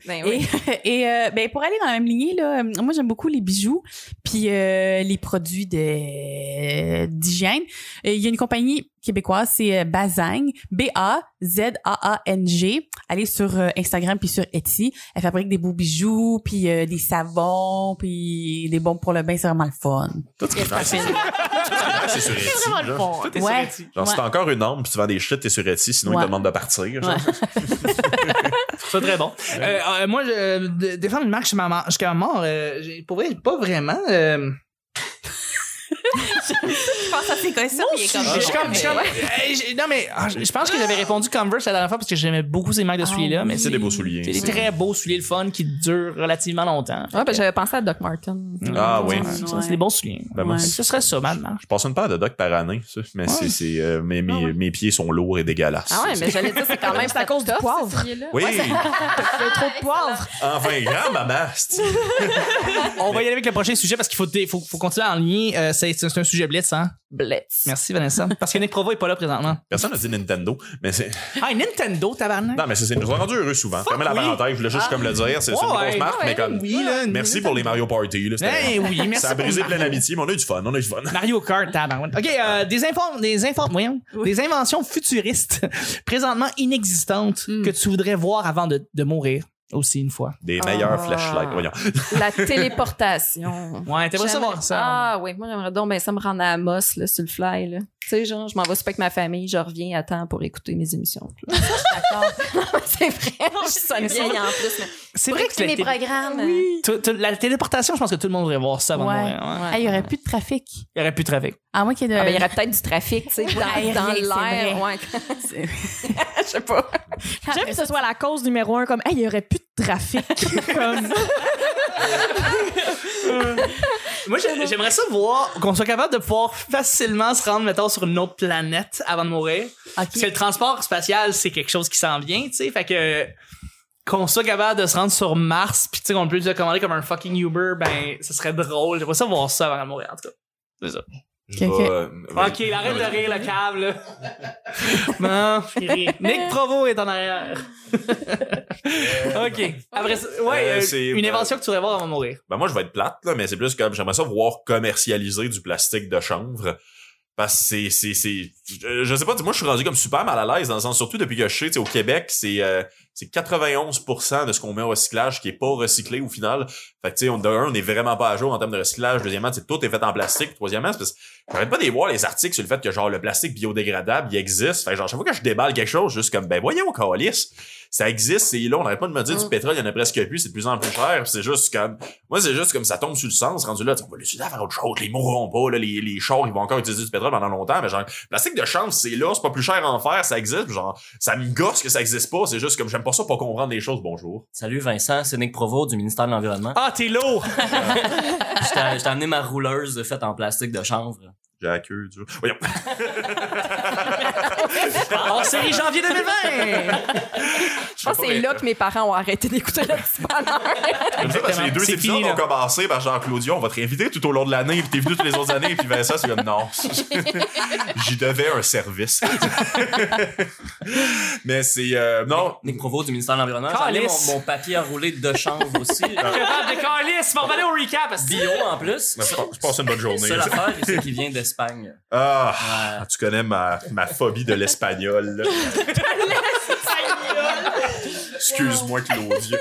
Speaker 4: Ben oui.
Speaker 3: Et, et, euh, ben, pour aller dans la même lignée, là, euh, moi j'aime beaucoup les bijoux puis euh, les produits de- d'hygiène. Et Il y a une compagnie québécoise, c'est euh, Bazang, B-A-Z-A-A-N-G. Allez sur euh, Instagram puis sur Etsy. Elle fabrique des beaux bijoux, puis euh, des savons, puis des bombes pour le bain. C'est vraiment le fun.
Speaker 5: Tout ce qui est nice, c'est c'est sur Etsy, là.
Speaker 1: Tout est sur
Speaker 3: Ouais.
Speaker 1: Etsy.
Speaker 5: Genre, si
Speaker 3: Ouais.
Speaker 5: t'as encore une arme, puis tu vends des shit, t'es sur Etsy, sinon ils
Speaker 3: Ouais.
Speaker 5: te demandent de partir. genre.
Speaker 3: Ouais.
Speaker 1: C'est très bon. Euh, euh, moi, je, euh, d- défendre une marque jusqu'à ma mort, jusqu'à ma mort euh, j'ai- pour vrai, pas vraiment. euh,
Speaker 3: Je pense à ces questions. il est
Speaker 1: Je suis comme- je suis comme- Hey, j'ai- non, mais ah, je je pense que j'avais répondu Converse la dernière fois parce que j'aimais beaucoup ces marques de
Speaker 3: Ah
Speaker 1: souliers-là. mais
Speaker 3: oui.
Speaker 5: C'est des beaux souliers.
Speaker 1: C'est des
Speaker 5: ça.
Speaker 1: très beaux souliers, le fun, qui durent relativement longtemps.
Speaker 4: Ouais, ben, j'avais pensé à Doc Martin.
Speaker 5: Ah oui.
Speaker 1: Ça,
Speaker 3: Ouais.
Speaker 1: C'est des bons souliers.
Speaker 5: Ben, moi,
Speaker 3: Ouais.
Speaker 1: Ce serait ça, ma marque.
Speaker 5: Je passe une paire de docs par année, ça. Mais c'est, c'est, euh, mes,
Speaker 1: Ah
Speaker 5: mes, mes pieds sont lourds et dégueulasses.
Speaker 4: Ah ouais, mais j'allais dire, c'est quand même
Speaker 2: C'est à cause du
Speaker 4: tough,
Speaker 2: poivre.
Speaker 4: ce soulier-là.
Speaker 5: Oui,
Speaker 2: Fait trop de poivre.
Speaker 5: enfin, grand maman. c'est-
Speaker 1: On va y aller avec le prochain sujet parce qu'il faut, dé- faut, faut continuer à enligner euh, ces, c'est un sujet blitz, hein?
Speaker 4: Blitz.
Speaker 1: Merci, Vanessa. Parce que Nick Provo est pas là présentement.
Speaker 5: Personne n'a dit Nintendo, mais c'est.
Speaker 1: Ah, Nintendo, tabarnak.
Speaker 5: Non, mais c'est, c'est nous a rendu heureux souvent.
Speaker 1: Fuck
Speaker 5: Fermez la
Speaker 1: oui.
Speaker 5: parenthèse, je voulais juste
Speaker 1: Ah.
Speaker 5: comme le dire. C'est, c'est une
Speaker 1: Ouais,
Speaker 5: grosse marque,
Speaker 1: ouais,
Speaker 5: mais comme.
Speaker 1: oui, là,
Speaker 5: merci pour les Mario Party. Là, c'était-
Speaker 1: Ben oui, merci.
Speaker 5: ça a
Speaker 1: pour
Speaker 5: brisé
Speaker 1: Mario.
Speaker 5: plein d'amitié, mais on a eu du fun. On a eu du fun.
Speaker 1: Mario Kart, tabarouette. OK, euh, des, infor- des, infor- voyons, des inventions futuristes, présentement inexistantes, que tu voudrais voir avant de, de mourir, aussi, une fois.
Speaker 5: Des
Speaker 4: Ah.
Speaker 5: meilleurs flashlights. Voyons.
Speaker 4: La téléportation.
Speaker 1: Ouais, t'aimerais ça
Speaker 4: J'aimerais-
Speaker 1: voir ça.
Speaker 4: Ah oui, moi j'aimerais donc ben, ça me rendre à Amos là, sur le fly. là. Tu sais, genre, je m'en vais super avec ma famille, je reviens à temps pour écouter mes émissions. c'est vrai, je suis une vieille en plus. mais-
Speaker 1: C'est
Speaker 4: Pour
Speaker 1: vrai que
Speaker 4: écouter
Speaker 1: la,
Speaker 4: mes
Speaker 1: télé-
Speaker 4: programmes.
Speaker 1: tu- tu- la téléportation, je pense que tout le monde voudrait voir ça avant de
Speaker 3: Ouais.
Speaker 1: mourir. ouais.
Speaker 3: Ah, il y aurait plus de trafic.
Speaker 1: Il y aurait plus de trafic.
Speaker 3: À moins qu'il y ait de...
Speaker 4: Ah, ben, il y aurait peut-être du trafic, tu sais, dans,
Speaker 3: Ouais,
Speaker 4: dans
Speaker 3: c'est
Speaker 4: l'air. Ouais.
Speaker 3: C'est-
Speaker 4: Je sais pas.
Speaker 2: J'aime que ce soit la cause numéro un, comme, hey, il y aurait plus de trafic. comme,
Speaker 1: Moi, j'ai- j'aimerais ça voir qu'on soit capable de pouvoir facilement se rendre, mettons, sur une autre planète avant de mourir. Parce que le transport spatial, c'est quelque chose qui s'en vient, tu sais. Fait que qu'on soit capable de se rendre sur Mars, puis tu sais, qu'on peut le commander comme un fucking Uber, ben, ce serait drôle. J'aimerais ça voir ça avant de mourir, en tout cas. C'est ça.
Speaker 5: Je
Speaker 3: Ok,
Speaker 5: vais-
Speaker 3: ok.
Speaker 5: Euh, ouais.
Speaker 1: Ok, il arrête de rire, le câble, là. Bon, je ris. Nick Provo est en arrière. ok. Après ça, Euh, ouais,
Speaker 5: Euh,
Speaker 1: euh,
Speaker 5: c'est-
Speaker 1: une invention que tu voudrais voir avant de mourir.
Speaker 5: Ben moi, je vais être plate, là, mais c'est plus comme j'aimerais ça voir commercialiser du plastique de chanvre. Parce que c'est, c'est, c'est, je, je sais pas, moi, je suis rendu comme super mal à l'aise dans le sens, surtout depuis que je sais, tu sais, au Québec, c'est, euh, c'est 91% de ce qu'on met au recyclage qui est pas recyclé au final. Fait que, tu sais, on- de un, on est vraiment pas à jour en termes de recyclage. Deuxièmement, tu sais, tout est fait en plastique. Troisièmement, c'est parce que j'arrête pas de voir les articles sur le fait que, genre, le plastique biodégradable, il existe. Fait que, genre, chaque fois que je déballe quelque chose, juste comme, ben, voyons, calice, ça existe, c'est là, on n'arrête pas de me dire du pétrole, il y en a presque plus, c'est de plus en plus cher, puis c'est juste comme, moi, c'est juste comme ça tombe sur le sens, rendu là, tu sais, on va l'utiliser à faire autre chose, les mourront pas, là, les, les chars, ils vont encore utiliser du pétrole pendant longtemps, mais genre, le plastique de chanvre, c'est là, c'est pas plus cher à en faire, ça existe, puis genre, ça me gosse que ça existe pas, c'est juste comme, j'aime pas ça pour comprendre les choses, bonjour.
Speaker 6: Salut Vincent, c'est Nick Provo du ministère de l'Environnement.
Speaker 1: Ah, t'es lourd!
Speaker 5: Ah.
Speaker 6: Je t'ai je t'ai amené ma rouleuse faite en plastique de chanvre.
Speaker 5: J'ai la queue, du... Voyons.
Speaker 1: En série Oh, janvier 2020!
Speaker 4: Je pense que c'est
Speaker 5: euh,
Speaker 4: là que mes parents ont arrêté d'écouter le petit bonheur.
Speaker 5: Comme ça, parce que les deux
Speaker 1: C'est
Speaker 5: épisodes
Speaker 1: fini, là.
Speaker 5: ont commencé par genre, Claudio, on va te réinviter tout au long de l'année, puis t'es venu toutes les autres années, puis Vincent, c'est comme, non. J'y devais un service. mais c'est, euh, non.
Speaker 6: Nick Provo du ministère de l'Environnement. J'ai amené
Speaker 1: Calice.
Speaker 6: mon, mon papier à rouler de chanvre aussi.
Speaker 5: Ah.
Speaker 6: euh,
Speaker 1: Capable de calice, on va revenir au recap. parce que-
Speaker 6: Bio en plus.
Speaker 5: Je pense- je passe une bonne journée.
Speaker 6: Seule affaire, c'est qu'il vient d'Espagne.
Speaker 5: Ah.
Speaker 6: Ouais.
Speaker 5: Ah, tu connais ma, ma phobie de l'espagnol. là. Excuse-moi, Claudio.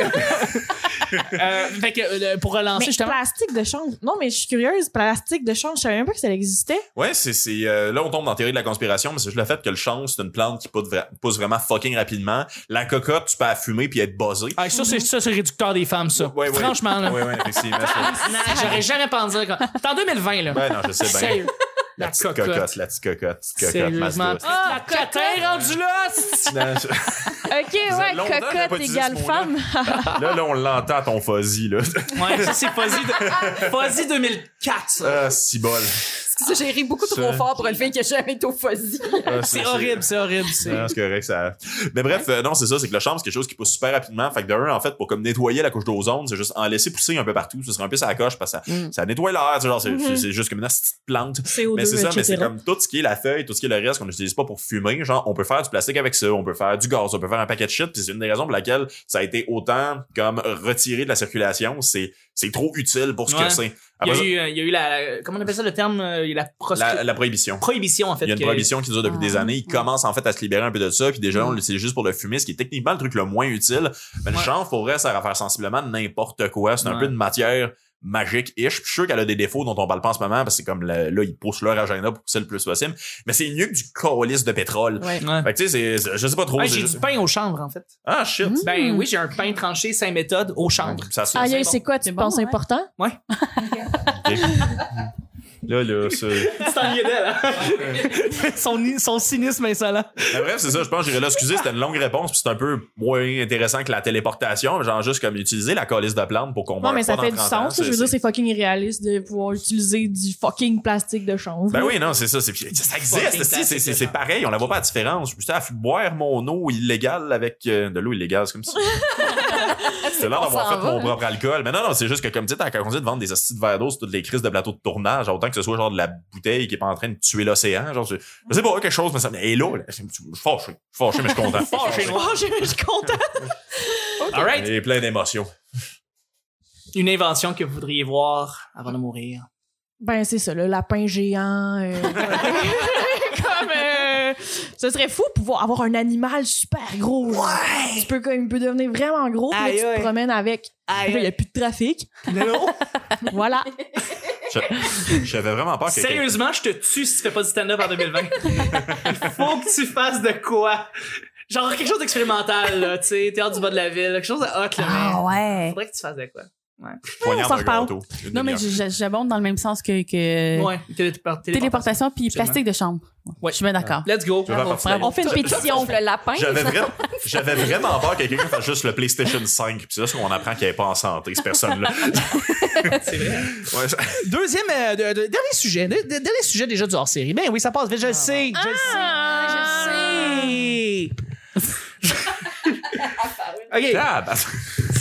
Speaker 1: Euh, fait que, euh, pour relancer,
Speaker 2: mais
Speaker 1: justement.
Speaker 2: plastique de change. Non, mais je suis curieuse. Plastique de change, je savais même pas que ça existait.
Speaker 5: ouais, c'est, c'est, euh, là, on tombe dans la théorie de la conspiration, mais c'est juste le fait que le chanvre, c'est une plante qui pousse, vra- pousse vraiment fucking rapidement. La cocotte, tu peux la fumer puis être buzzé.
Speaker 1: Ah, ça, c'est ça, c'est réducteur des femmes, ça.
Speaker 5: Ouais, ouais.
Speaker 1: Franchement, là.
Speaker 5: Ouais, ouais, effectivement. c'est-
Speaker 1: Ah, J'aurais jamais pensé. quand- C'est en 2020, là.
Speaker 5: Ouais, non, je sais Ben, bien.
Speaker 1: Sérieux.
Speaker 5: La, petite cocotte. la petite cocotte, petite cocotte,
Speaker 1: Sérieusement.
Speaker 5: Mazda.
Speaker 1: Ah, la cocotte est rendue là! c'est-
Speaker 5: Non, je-
Speaker 2: OK,
Speaker 5: ouais, longtemps, cocotte j'avais pas utilisé égale ce mot-là. femme. Là, là, on l'entend, ton fuzzy, là.
Speaker 1: Ah, Ouais, ça, c'est Fuzzy, de- Fuzzy 2004, ça.
Speaker 5: Ah, si bol.
Speaker 4: Excusez, j'ai ri beaucoup
Speaker 1: Ah,
Speaker 4: trop
Speaker 5: Ça.
Speaker 4: fort pour le fait que j'ai jamais été au fuzzy.
Speaker 5: Ah,
Speaker 1: C'est horrible, c'est horrible. c'est-
Speaker 5: Non, Hein, c'est correct, ça. Mais bref, euh, non, c'est ça, c'est que le champ, c'est quelque chose qui pousse super rapidement. Fait que de un, en fait, pour comme nettoyer la couche d'ozone, c'est juste en laisser pousser un peu partout. Ce serait un peu ça la coche parce que ça,
Speaker 4: Mm.
Speaker 5: ça nettoie l'air, tu sais, genre, c'est
Speaker 1: Mm-hmm.
Speaker 5: c'est- c'est juste comme une petite plante.
Speaker 2: CO2,
Speaker 5: Mais c'est ça, mais c'est
Speaker 2: etc.
Speaker 5: comme tout ce qui est la feuille, tout ce qui est le reste qu'on n'utilise pas pour fumer. Genre, on peut faire du plastique avec ça, on peut faire du gaz, on peut faire un paquet de shit. Puis c'est une des raisons pour laquelle ça a été autant comme retiré de la circulation. C'est c'est trop utile pour ce
Speaker 1: Ouais.
Speaker 5: que c'est.
Speaker 1: Il y,
Speaker 5: Après
Speaker 1: a
Speaker 5: ça,
Speaker 1: eu, euh, il y a eu la. Comment on appelle ça le terme? euh, La, proscri-
Speaker 5: Ah, la, la prohibition.
Speaker 1: prohibition, en fait.
Speaker 5: Il y a une
Speaker 1: que- Mm.
Speaker 5: prohibition qui dure depuis
Speaker 4: Ah,
Speaker 5: des années. Il commence en fait à se libérer un peu de ça, puis déjà on l'utilise juste pour le fumer, ce qui est techniquement le truc le moins utile. Mais le
Speaker 1: Ouais.
Speaker 5: chanvre, pour vrai, ça sert à faire sensiblement n'importe quoi. C'est un
Speaker 1: Ouais.
Speaker 5: peu une matière magique ish. Puis je suis sûr qu'elle a des défauts dont on parle pas en ce moment parce que c'est comme le- là ils poussent leur agenda pour pousser le plus possible. Mais c'est mieux que du colis de pétrole.
Speaker 1: Ouais.
Speaker 5: Fait que tu sais, c'est- c'est- je sais pas trop.
Speaker 1: Ouais,
Speaker 5: c'est
Speaker 1: j'ai
Speaker 5: juste-
Speaker 1: du pain au chanvre, en fait.
Speaker 5: Ah shit.
Speaker 1: Ben oui, j'ai un pain tranché saint méthode au chanvre.
Speaker 5: Ça se-
Speaker 2: Aïe,
Speaker 1: bon.
Speaker 2: c'est quoi, tu
Speaker 3: bon,
Speaker 2: penses
Speaker 3: ouais.
Speaker 2: important?
Speaker 5: Là, là, c'est-
Speaker 1: C'est en d'elle, hein? son, son cynisme insolent.
Speaker 5: Mais bref, c'est ça, je pense que j'irais l'excuser, c'était une longue réponse, puis c'est un peu moins intéressant que la téléportation, genre juste comme utiliser la calice de plante pour qu'on
Speaker 2: Non,
Speaker 5: meure
Speaker 2: mais ça
Speaker 5: pas
Speaker 2: fait
Speaker 5: dans
Speaker 2: du
Speaker 5: 30 ans,
Speaker 2: sens. Je veux dire, c'est fucking irréaliste de pouvoir utiliser du fucking plastique de chanvre.
Speaker 5: Ben oui, non, c'est ça. c'est- Ça existe, si, c'est- c'est c'est pareil, on la voit pas la différence. Je me suis dit, ah, boire mon eau illégale avec euh, de l'eau illégale, c'est comme ça. C'est l'heure d'avoir fait mon propre alcool. Mais non, non, c'est juste que comme tu sais, t'as continué de vendre des assis de verre d'eau sur toutes les crises de plateaux de tournage, autant que ce soit genre de la bouteille qui est pas en train de tuer l'océan. Genre, je je sais pas, quelque chose, mais ça. Mais hello, là, je suis fâché. Je suis fâché, mais je suis content. Fâché,
Speaker 2: Oh, je je suis contente.
Speaker 1: All right.
Speaker 5: Et plein d'émotions.
Speaker 1: Une invention que vous voudriez voir avant de mourir.
Speaker 2: Ben, c'est ça, le lapin géant. euh, comme. euh, ce serait fou pouvoir avoir un animal super gros. là. Tu peux, comme, il peut devenir vraiment gros, puis là,
Speaker 1: Aïe,
Speaker 2: tu
Speaker 1: aïe.
Speaker 2: te promènes avec. Puis là, Il n'y a plus de trafic.
Speaker 1: Non.
Speaker 2: Voilà.
Speaker 5: Je- J'avais vraiment peur que. quelqu'un-
Speaker 1: Sérieusement, je te tue si tu fais pas du stand-up en 2020. Il faut que tu fasses de quoi. Genre quelque chose d'expérimental, là, tu sais, théâtre du bas de la ville, quelque chose de hot, là, mais
Speaker 3: Ah, ouais.
Speaker 1: faudrait que tu fasses de quoi.
Speaker 5: Poignarde
Speaker 2: s'en
Speaker 5: un
Speaker 2: reparle.
Speaker 5: gâteau. Une
Speaker 3: Non, mais
Speaker 5: demi-heure.
Speaker 3: j- j'abonde dans le même sens que, que
Speaker 1: ouais, Euh, téléport- téléportation.
Speaker 3: téléportation puis
Speaker 1: Absolument.
Speaker 3: plastique de chambre.
Speaker 1: Ouais. Euh,
Speaker 3: Je suis bien d'accord.
Speaker 1: Let's go.
Speaker 5: Je vais faire partie de la
Speaker 3: Bravo.
Speaker 4: On fait une pétition. Le lapin.
Speaker 5: J'avais vraiment, j'avais vraiment peur que quelqu'un fasse juste le PlayStation 5. Puis c'est là qu'on apprend qu'elle est pas en santé, cette personne-là.
Speaker 1: C'est vrai.
Speaker 5: Ouais, ça-
Speaker 1: Deuxième, euh, de- de- dernier sujet, de- de- dernier sujet déjà du hors-série. Ben oui, ça passe vite, je le sais, je le sais. OK,
Speaker 5: Ah, bah,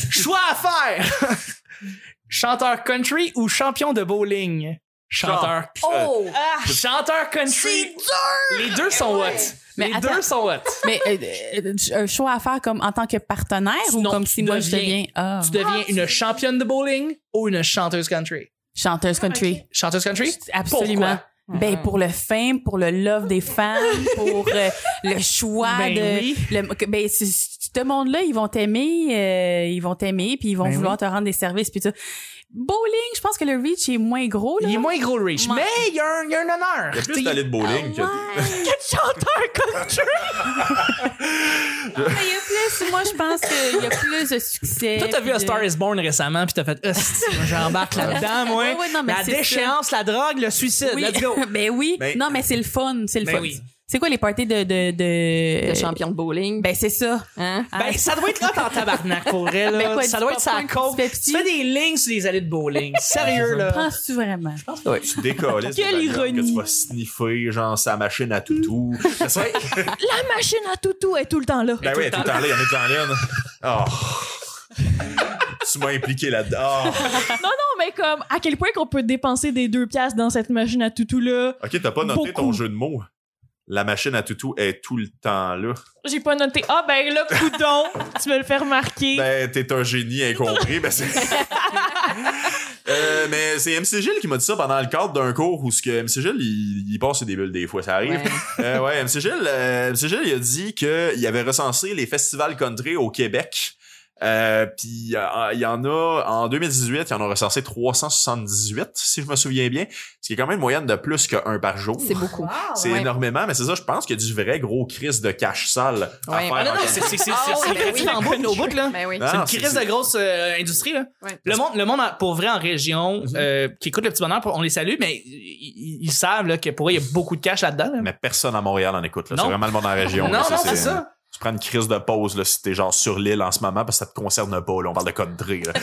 Speaker 1: choix à faire. Chanteur country ou champion de bowling? Chanteur.
Speaker 4: Oh!
Speaker 1: Chanteur country. Les deux sont hot.
Speaker 3: Mais
Speaker 1: Les
Speaker 3: attends.
Speaker 1: deux sont hot.
Speaker 3: Mais euh, euh, un choix à faire comme en tant que partenaire
Speaker 1: Tu-
Speaker 3: ou
Speaker 1: non,
Speaker 3: comme
Speaker 1: tu
Speaker 3: si moi je
Speaker 1: deviens-
Speaker 3: deviens ah,
Speaker 1: Tu deviens une championne de bowling ou une chanteuse country?
Speaker 3: chanteuse country.
Speaker 1: Chanteuse Ah, country?
Speaker 3: Absolument.
Speaker 1: Pourquoi? Ah.
Speaker 3: Ben pour le fame, pour le love des fans, pour euh, le choix
Speaker 1: Ben
Speaker 3: de
Speaker 1: oui.
Speaker 3: le- que- ben ce- ce monde-là, ils vont t'aimer, euh, ils vont t'aimer puis ils vont
Speaker 1: Ben
Speaker 3: vouloir
Speaker 1: oui.
Speaker 3: te rendre des services puis tout. ça. Bowling, je pense que le reach est moins gros là.
Speaker 1: Il est moins gros le reach,
Speaker 3: Ouais.
Speaker 1: mais il y a un, il y a un honneur.
Speaker 5: il y a plus d'aller de bowling que.
Speaker 3: chanteur country. Mais il y a plus, moi je pense qu'il y a plus de succès.
Speaker 1: Toi, t'as vu
Speaker 3: puis
Speaker 1: A
Speaker 3: de-
Speaker 1: Star is Born récemment, puis t'as fait, Hostie, j'embarque là-dedans, moi.
Speaker 3: Ouais, ouais, non, mais
Speaker 1: la
Speaker 3: c'est ça.
Speaker 1: déchéance, la drogue, le suicide.
Speaker 3: Oui.
Speaker 1: Let's go.
Speaker 3: ben oui.
Speaker 5: Ben-
Speaker 3: non, mais c'est le fun. C'est le
Speaker 1: Ben
Speaker 3: fun.
Speaker 1: oui.
Speaker 3: C'est quoi les parties de. de, de...
Speaker 4: Le champion de bowling.
Speaker 3: Ben c'est ça.
Speaker 4: Hein?
Speaker 1: Ben, ça doit être là en tabarnak, pour vrai, là.
Speaker 3: Ben quoi,
Speaker 1: ça
Speaker 3: du
Speaker 1: doit être sa côte.
Speaker 3: popcorn qui se fait
Speaker 1: Tu
Speaker 3: petit.
Speaker 1: fais des lignes sur les allées de bowling. Sérieux, là.
Speaker 3: Penses-tu vraiment?
Speaker 5: Tu décolles. c'est
Speaker 2: Quelle
Speaker 5: la gueule Que
Speaker 2: ironie.
Speaker 5: tu vas sniffer, genre, sa machine à toutou. Ça serait-
Speaker 2: La machine à toutou est tout le temps là.
Speaker 5: ben oui, elle est tout le temps là, il y en a tout en ligne. Oh. tu m'as impliqué là-dedans. Oh.
Speaker 2: Non, non, mais comme, à quel point qu'on peut dépenser des deux piastres dans cette machine à toutou-là?
Speaker 5: Ok, t'as pas noté ton
Speaker 2: Beaucoup.
Speaker 5: jeu de mots. La machine à toutou est tout le temps là.
Speaker 2: J'ai pas noté. Ah, ben là, coudon, tu me le fais remarquer.
Speaker 5: Ben, t'es un génie incompris. ben, c'est... Euh, mais c'est MC Gilles qui m'a dit ça pendant le cadre d'un cours où ce que MC Gilles, il, il passe des bulles des fois, ça arrive.
Speaker 4: Ouais.
Speaker 5: Euh, ouais, MC Gilles, euh, MC Gilles, il a dit qu'il avait recensé les festivals country au Québec. Euh, puis euh, il y en a en 2018, il y en a recensé 378 si je me souviens bien, ce qui est quand même une moyenne de plus qu'un par jour.
Speaker 4: C'est beaucoup.
Speaker 5: C'est
Speaker 4: ouais.
Speaker 5: énormément, mais c'est ça, je pense qu'il y a du vrai gros crise de cash sale à
Speaker 4: Ouais.
Speaker 5: faire.
Speaker 1: Ah, non,
Speaker 5: en
Speaker 1: non,
Speaker 5: Californie.
Speaker 1: c'est c'est- c'est-
Speaker 4: Ah,
Speaker 1: c'est
Speaker 4: ouais, ben
Speaker 1: crédible
Speaker 4: oui.
Speaker 1: en bout, nos bouts, là.
Speaker 4: Ben oui.
Speaker 5: Non,
Speaker 1: C'est une
Speaker 5: non, Ah, c'est-
Speaker 1: crise de grosse euh, industrie, là.
Speaker 4: Ouais.
Speaker 1: Le monde, le monde, en- pour vrai, en région,
Speaker 5: Mhm.
Speaker 1: euh, qui écoute le petit bonheur, on les salue, mais ils, ils- ils savent là, que pour eux, il y a beaucoup de cash là-dedans. là.
Speaker 5: Mais personne à Montréal en écoute. là.
Speaker 1: Non.
Speaker 5: C'est vraiment le monde en région.
Speaker 1: Non,
Speaker 5: là.
Speaker 1: non, c'est ça.
Speaker 5: Tu prends une crise de pause là, si t'es genre sur l'île en ce moment parce que ça te concerne pas. Là. On parle de code Dre. là.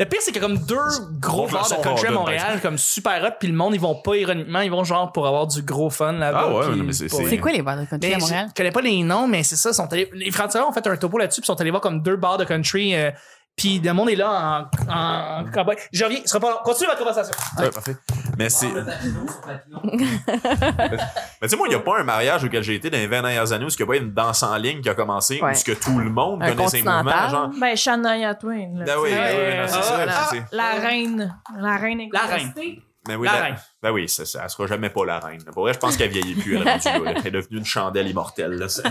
Speaker 1: Le pire, c'est qu'il y a comme deux gros
Speaker 5: Gros
Speaker 1: bars
Speaker 5: glaçons
Speaker 1: de country à
Speaker 5: Hard Dog, par
Speaker 1: Montréal, comme super hot, puis le monde, ils vont pas ironiquement, ils vont genre pour avoir du gros fun là-bas.
Speaker 5: Ah ouais,
Speaker 1: puis
Speaker 5: non, mais c'est-
Speaker 1: pour-
Speaker 5: c'est-
Speaker 3: C'est quoi les bars de country
Speaker 1: Ben,
Speaker 3: à Montréal?
Speaker 1: Je connais pas les noms, mais c'est ça. Sont allés- les Français ont fait un topo là-dessus, puis sont allés voir comme deux bars de country. euh, puis le monde est là en, en,
Speaker 5: Mhm.
Speaker 1: en cowboy. Je reviens, ce sera pas long. Continue votre conversation.
Speaker 5: Ouais, parfait. Mais c'est. Mais tu sais, moi, il n'y a pas un mariage auquel j'ai été dans les 20 dernières années où il n'y a pas une danse en ligne qui a commencé
Speaker 4: Ouais.
Speaker 5: où ce que tout le monde
Speaker 4: Un
Speaker 5: connaît ses mouvements.
Speaker 4: continental.
Speaker 5: Genre...
Speaker 2: Ben, Shania Twain, là.
Speaker 5: Ben oui,
Speaker 4: Ouais.
Speaker 5: ben oui, non, c'est
Speaker 1: Ah,
Speaker 5: ça,
Speaker 4: voilà.
Speaker 5: c'est-
Speaker 2: La reine. La reine est
Speaker 1: La reine.
Speaker 5: Ben oui,
Speaker 1: La
Speaker 5: la-
Speaker 1: reine.
Speaker 5: Ben oui, ça, ça, elle sera jamais pas la reine. Pour vrai, je pense qu'elle vieillit plus, elle est rendue là, là. Elle est devenue une chandelle immortelle. là, ça.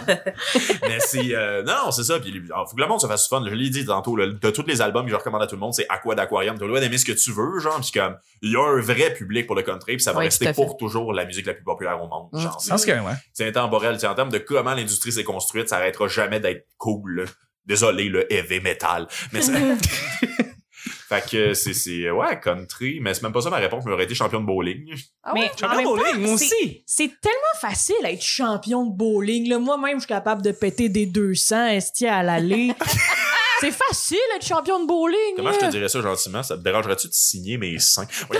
Speaker 5: Mais c'est... euh, non, non, c'est ça. Puis, alors, faut que le monde se fasse du fun. Je l'ai dit tantôt, là, de tous les albums que je recommande à tout le monde, c'est Aqua d'Aquarium. T'as le droit d'aimer ce que tu veux, genre. Puis comme, il y a un vrai public pour le country, puis ça va
Speaker 4: Oui, tout
Speaker 5: rester
Speaker 4: à fait.
Speaker 5: pour toujours la musique la plus populaire au monde,
Speaker 4: Mm.
Speaker 5: genre. C'est-
Speaker 1: que, ouais.
Speaker 5: C'est intemporel. Tu sais, en termes de comment l'industrie s'est construite, ça arrêtera jamais d'être cool. là. Désolé, le heavy metal. Mais ça... Fait que c'est, c'est, ouais, country, mais c'est même pas ça ma réponse, mais aurait été champion de bowling.
Speaker 4: Ah
Speaker 2: Mais
Speaker 4: ouais?
Speaker 2: en même temps,
Speaker 1: bowling, moi
Speaker 2: c'est-
Speaker 1: aussi.
Speaker 2: C'est tellement facile d'être champion de bowling. là. Moi-même, je suis capable de péter des 200 esti à l'aller. c'est facile d'être champion de bowling.
Speaker 5: Comment je te
Speaker 2: là.
Speaker 5: dirais ça gentiment? Ça te dérangerait-tu de signer mes seins? Oui.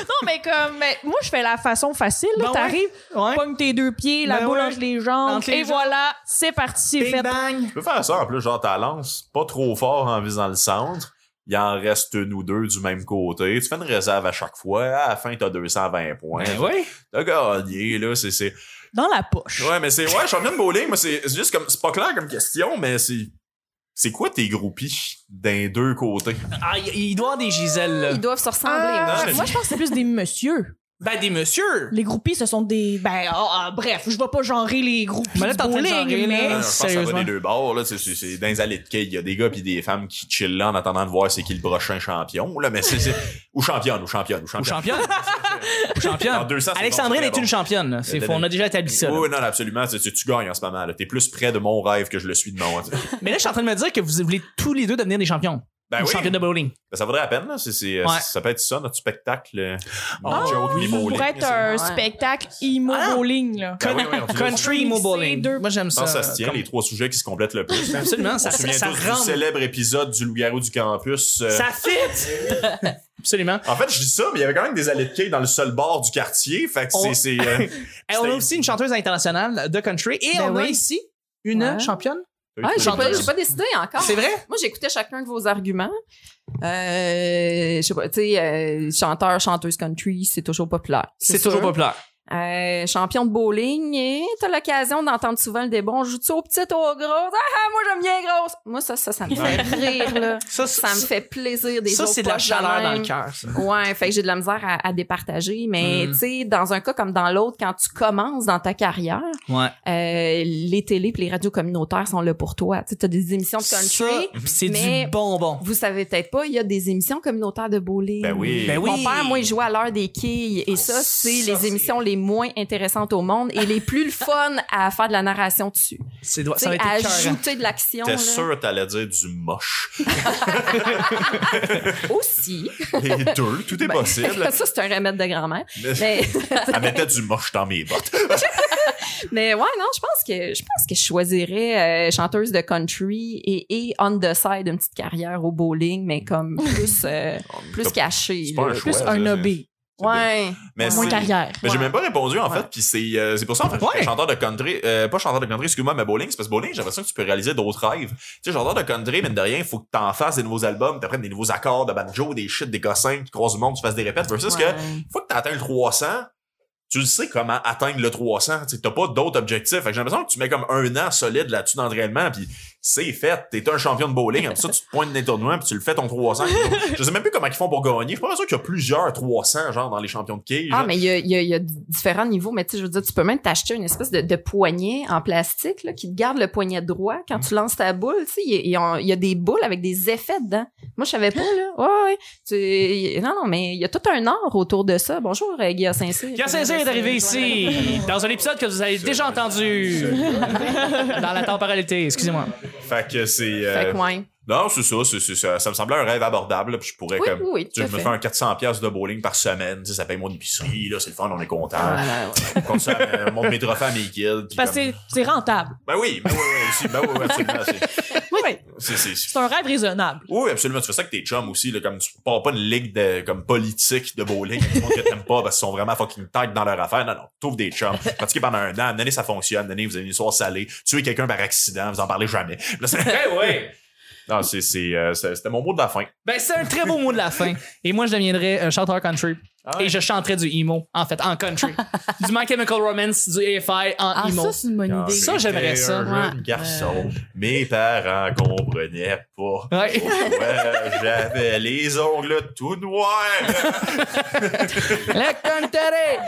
Speaker 2: Non, mais comme, mais moi, je fais la façon facile. là.
Speaker 1: Ben
Speaker 2: T'arrives,
Speaker 1: Ouais.
Speaker 2: pogne tes deux pieds, la
Speaker 1: Ben
Speaker 2: boule
Speaker 1: ouais.
Speaker 2: entre les jambes,
Speaker 1: Entre les
Speaker 2: et
Speaker 1: jambes.
Speaker 2: voilà, c'est parti, c'est
Speaker 1: Big
Speaker 2: fait.
Speaker 1: bang.
Speaker 5: Tu peux faire ça en plus, genre ta lance pas trop fort en visant le centre. Il en reste une ou deux du même côté. Tu fais une réserve à chaque fois. À la fin, t'as 220 points.
Speaker 1: Ben oui.
Speaker 5: T'as gagné, là. C'est, c'est...
Speaker 2: Dans la poche.
Speaker 5: Ouais, mais c'est... Ouais, champion de bowling, mais c'est c'est juste comme... C'est pas clair comme question, mais c'est... C'est quoi tes groupies d'un deux côtés?
Speaker 1: Ah, il- il doit y avoir des Giselles, là.
Speaker 4: Ils doivent se ressembler.
Speaker 5: Ah,
Speaker 4: moi,
Speaker 5: mais-
Speaker 2: Moi, je pense que c'est plus des messieurs.
Speaker 1: Ben, des messieurs.
Speaker 2: Les groupies, ce sont des. Ben, ah, ah, bref, je vais pas genrer les groupies.
Speaker 1: Mais là, t'es en
Speaker 2: du
Speaker 1: train de
Speaker 2: bowling,
Speaker 1: genrer,
Speaker 2: mais-
Speaker 1: là.
Speaker 5: Non, non, je pense que ça va
Speaker 1: sérieusement?
Speaker 5: des deux bords, là. C'est, c'est, c'est dans les allées de quai. Il y a des gars pis des femmes qui chillent là en attendant de voir c'est qui le prochain champion, là. Mais c'est, c'est... Ou championne, ou championne, ou
Speaker 1: Ou
Speaker 5: championne.
Speaker 1: championne. Ou
Speaker 5: Alors,
Speaker 1: championne.
Speaker 5: 200, c'est
Speaker 1: Alexandrine
Speaker 5: bon,
Speaker 1: est
Speaker 5: c'est
Speaker 1: une
Speaker 5: bon.
Speaker 1: championne. là. C'est-
Speaker 5: Euh,
Speaker 1: faut- on a déjà établi ça. là.
Speaker 5: Oui, oui, non, absolument. C'est, c'est- tu gagnes en ce moment, là. T'es plus près de mon rêve que je le suis de moi. tu sais.
Speaker 1: Mais là, je suis en train de me dire que vous voulez tous les deux devenir des champions.
Speaker 5: Ben
Speaker 1: Ou
Speaker 5: oui.
Speaker 1: champions de bowling.
Speaker 5: Ben, ça vaudrait la peine, là. C'est, c'est, euh,
Speaker 1: Ouais.
Speaker 5: Ça peut être ça, notre spectacle. euh,
Speaker 2: Ah,
Speaker 5: mon joke,
Speaker 2: oui,
Speaker 5: les
Speaker 2: ça
Speaker 5: bowling.
Speaker 2: pourrait être un
Speaker 4: Ouais.
Speaker 2: spectacle emo
Speaker 1: Ah.
Speaker 2: bowling, là.
Speaker 5: Ben oui, oui, on se-
Speaker 1: Country
Speaker 2: Faut
Speaker 1: Mo
Speaker 2: mixer
Speaker 1: Bowling.
Speaker 2: deux-
Speaker 1: Moi, j'aime
Speaker 5: Je pense
Speaker 1: ça.
Speaker 5: que ça se
Speaker 2: euh,
Speaker 5: tient,
Speaker 1: Comme-
Speaker 5: les trois sujets qui se complètent le plus.
Speaker 1: Absolument. Ça, ça,
Speaker 5: On se souvient
Speaker 1: ça
Speaker 5: tous du
Speaker 1: rentre.
Speaker 5: célèbre épisode du loup-garou du campus. euh,
Speaker 1: Ça fit! Absolument.
Speaker 5: En fait, je dis ça, mais il y avait quand même des allées de quai dans le seul bar du quartier. Fait que
Speaker 1: On-
Speaker 5: c'est. c'est, euh,
Speaker 1: Et Eh, on a
Speaker 5: C'était-
Speaker 1: aussi une chanteuse internationale de country. Et
Speaker 4: Ben
Speaker 1: on a
Speaker 4: oui.
Speaker 1: ici une
Speaker 4: Ouais.
Speaker 1: championne.
Speaker 4: Ah, j'ai pas,
Speaker 1: Chanteuse.
Speaker 4: j'ai pas décidé encore.
Speaker 1: C'est vrai?
Speaker 4: Moi, j'écoutais chacun de vos arguments. Euh, je sais pas, tu sais, euh, chanteur, chanteuse country, c'est toujours populaire. sûr.
Speaker 1: populaire.
Speaker 4: Euh, champion de bowling, et t'as l'occasion d'entendre souvent le débat. On joue-tu aux petites ou aux grosses? Ah, moi, j'aime bien les grosses! Moi, ça, ça, ça me fait rire, là.
Speaker 1: Ça,
Speaker 4: Ça me fait plaisir des
Speaker 1: Ça,
Speaker 4: autres
Speaker 1: c'est de la
Speaker 4: poches
Speaker 1: chaleur dans
Speaker 4: même.
Speaker 1: le cœur, ça.
Speaker 4: Ouais, fait que j'ai de la misère à, à départager, mais
Speaker 1: Mm.
Speaker 4: tu sais, dans un cas comme dans l'autre, quand tu commences dans ta carrière,
Speaker 1: Ouais.
Speaker 4: euh, les télés pis les radios communautaires sont là pour toi. Tu as des émissions de country.
Speaker 1: Ça, mhm. pis c'est
Speaker 4: mais-
Speaker 1: du bonbon.
Speaker 4: Vous savez peut-être pas, il y a des émissions communautaires de bowling.
Speaker 5: Ben oui.
Speaker 1: Ben oui. Oh,
Speaker 4: Mon père, moi, il jouait à l'heure des quilles. Et ça, c'est
Speaker 1: Ça,
Speaker 4: les
Speaker 1: c'est-
Speaker 4: émissions les moins intéressantes au monde et les plus le fun à faire de la narration dessus.
Speaker 1: C'est doit-
Speaker 4: Tu sais,
Speaker 1: Ça va être
Speaker 4: à
Speaker 1: écœurant.
Speaker 4: ajouter de l'action.
Speaker 5: T'es
Speaker 4: là.
Speaker 5: sûr que t'allais dire du moche.
Speaker 4: Aussi.
Speaker 5: Les deux, tout est
Speaker 4: Ben,
Speaker 5: possible.
Speaker 4: ça, c'est un remède de grand-mère.
Speaker 5: Mais-
Speaker 4: Mais,
Speaker 5: Elle mettait du moche dans mes bottes.
Speaker 4: mais ouais, non, je pense que je pense que je choisirais euh, chanteuse de country et, et on the side une petite carrière au bowling, mais comme plus euh, plus cachée.
Speaker 5: C'est pas
Speaker 4: là.
Speaker 5: un choix.
Speaker 2: Plus
Speaker 5: Ouais,
Speaker 2: un
Speaker 5: ça,
Speaker 2: hobby.
Speaker 5: c'est-
Speaker 4: Ouais.
Speaker 5: Mais
Speaker 2: Moins
Speaker 5: c'est-
Speaker 2: carrière.
Speaker 5: Mais j'ai
Speaker 4: Ouais.
Speaker 5: même pas répondu en fait, puis c'est euh, c'est pour ça en fait que je
Speaker 1: Ouais.
Speaker 5: suis chanteur de country, euh, pas chanteur de country, excuse-moi, mais bowling, c'est parce que bowling, j'ai l'impression que tu peux réaliser d'autres rêves. Tu sais, chanteur de country, mine de rien, faut que t'en fasses des nouveaux albums, t'apprennes des nouveaux accords de banjo, des shit, des cossins, tu croises du monde, tu fasses des répètes, versus que
Speaker 4: Ouais.
Speaker 5: une fois que t'atteins le 300, tu le sais comment atteindre le 300. Tu sais, t'as pas d'autres objectifs. Fait que j'ai l'impression que tu mets comme un an solide là-dessus d'entraînement, puis c'est fait. T'es un champion de bowling. Après ça, tu te pointes dans les tournois, puis tu le fais ton 300. je sais même plus comment ils font pour gagner. Je suis pas sûr qu'il y a plusieurs 300, genre, dans les champions de quilles.
Speaker 4: Ah, mais il y a, il y a- il y a différents niveaux, mais tu sais, je veux dire, tu peux même t'acheter une espèce de, de poignet en plastique là, qui te garde le poignet droit quand
Speaker 5: Mm.
Speaker 4: tu lances ta boule. Tu sais, il y a- il y, a- il y a des boules avec des effets dedans. Moi, je savais pas, là. Ouais, ouais. Tu- il- non, non, mais il y a tout un art autour de ça. Bonjour, euh, Guillaume Saint-Cyr.
Speaker 1: Pierre Saint-Cyr est arrivé ici, dans un épisode que vous avez déjà entendu, dans la temporalité, excusez-moi.
Speaker 5: Fait que c'est. euh,
Speaker 4: Fait que, ouais.
Speaker 5: Non, c'est ça, c'est- c'est ça. Ça me semblait un rêve abordable, là, puis je pourrais
Speaker 4: Oui,
Speaker 5: comme.
Speaker 4: oui, oui,
Speaker 5: tu
Speaker 4: tout
Speaker 5: sais,
Speaker 4: à
Speaker 5: je me
Speaker 4: fait.
Speaker 5: fais un 400$ piastres de bowling par semaine, tu sais, ça paye mon épicerie, là, c'est le fun, on est content.
Speaker 4: Voilà, ouais.
Speaker 5: On compte ça, euh, montre mes trophées à mes kids. puis
Speaker 2: Parce que
Speaker 5: comme-
Speaker 2: c'est- c'est rentable.
Speaker 5: Ben oui, ben oui, oui, aussi, ben oui, oui, absolument. c'est-
Speaker 2: Oui,
Speaker 5: c'est- c'est- c'est-
Speaker 2: c'est un rêve raisonnable.
Speaker 5: Oui, absolument. Tu fais ça avec tes chums aussi, là, comme tu pars pas une ligue de, comme politique de bowling, avec du monde que t'aimes pas parce qu'ils sont vraiment fucking tight dans leur affaire. Non, non, trouve des chums. Pratiquez pendant un an, une année ça fonctionne, une année vous avez une histoire salée, tuez quelqu'un par accident, vous en parlez jamais. Là, c'est- non, c'est, c'est, euh, c'est- c'était mon mot de la fin.
Speaker 1: Ben, c'est un très beau mot de la fin. Et moi, je deviendrais un chanteur country.
Speaker 5: Ah
Speaker 1: Et je chanterais du emo, en fait, en country. du My Chemical Romance, du AFI en
Speaker 3: Ah,
Speaker 1: emo.
Speaker 3: ça, c'est une bonne
Speaker 5: Quand
Speaker 3: idée.
Speaker 1: Ça, j'aimerais
Speaker 5: j'étais
Speaker 1: ça.
Speaker 5: Un jeune
Speaker 3: Ouais.
Speaker 5: garçon. Mes parents comprenaient pas.
Speaker 1: Ouais.
Speaker 5: pourquoi J'avais les ongles tout noirs.
Speaker 1: Le country!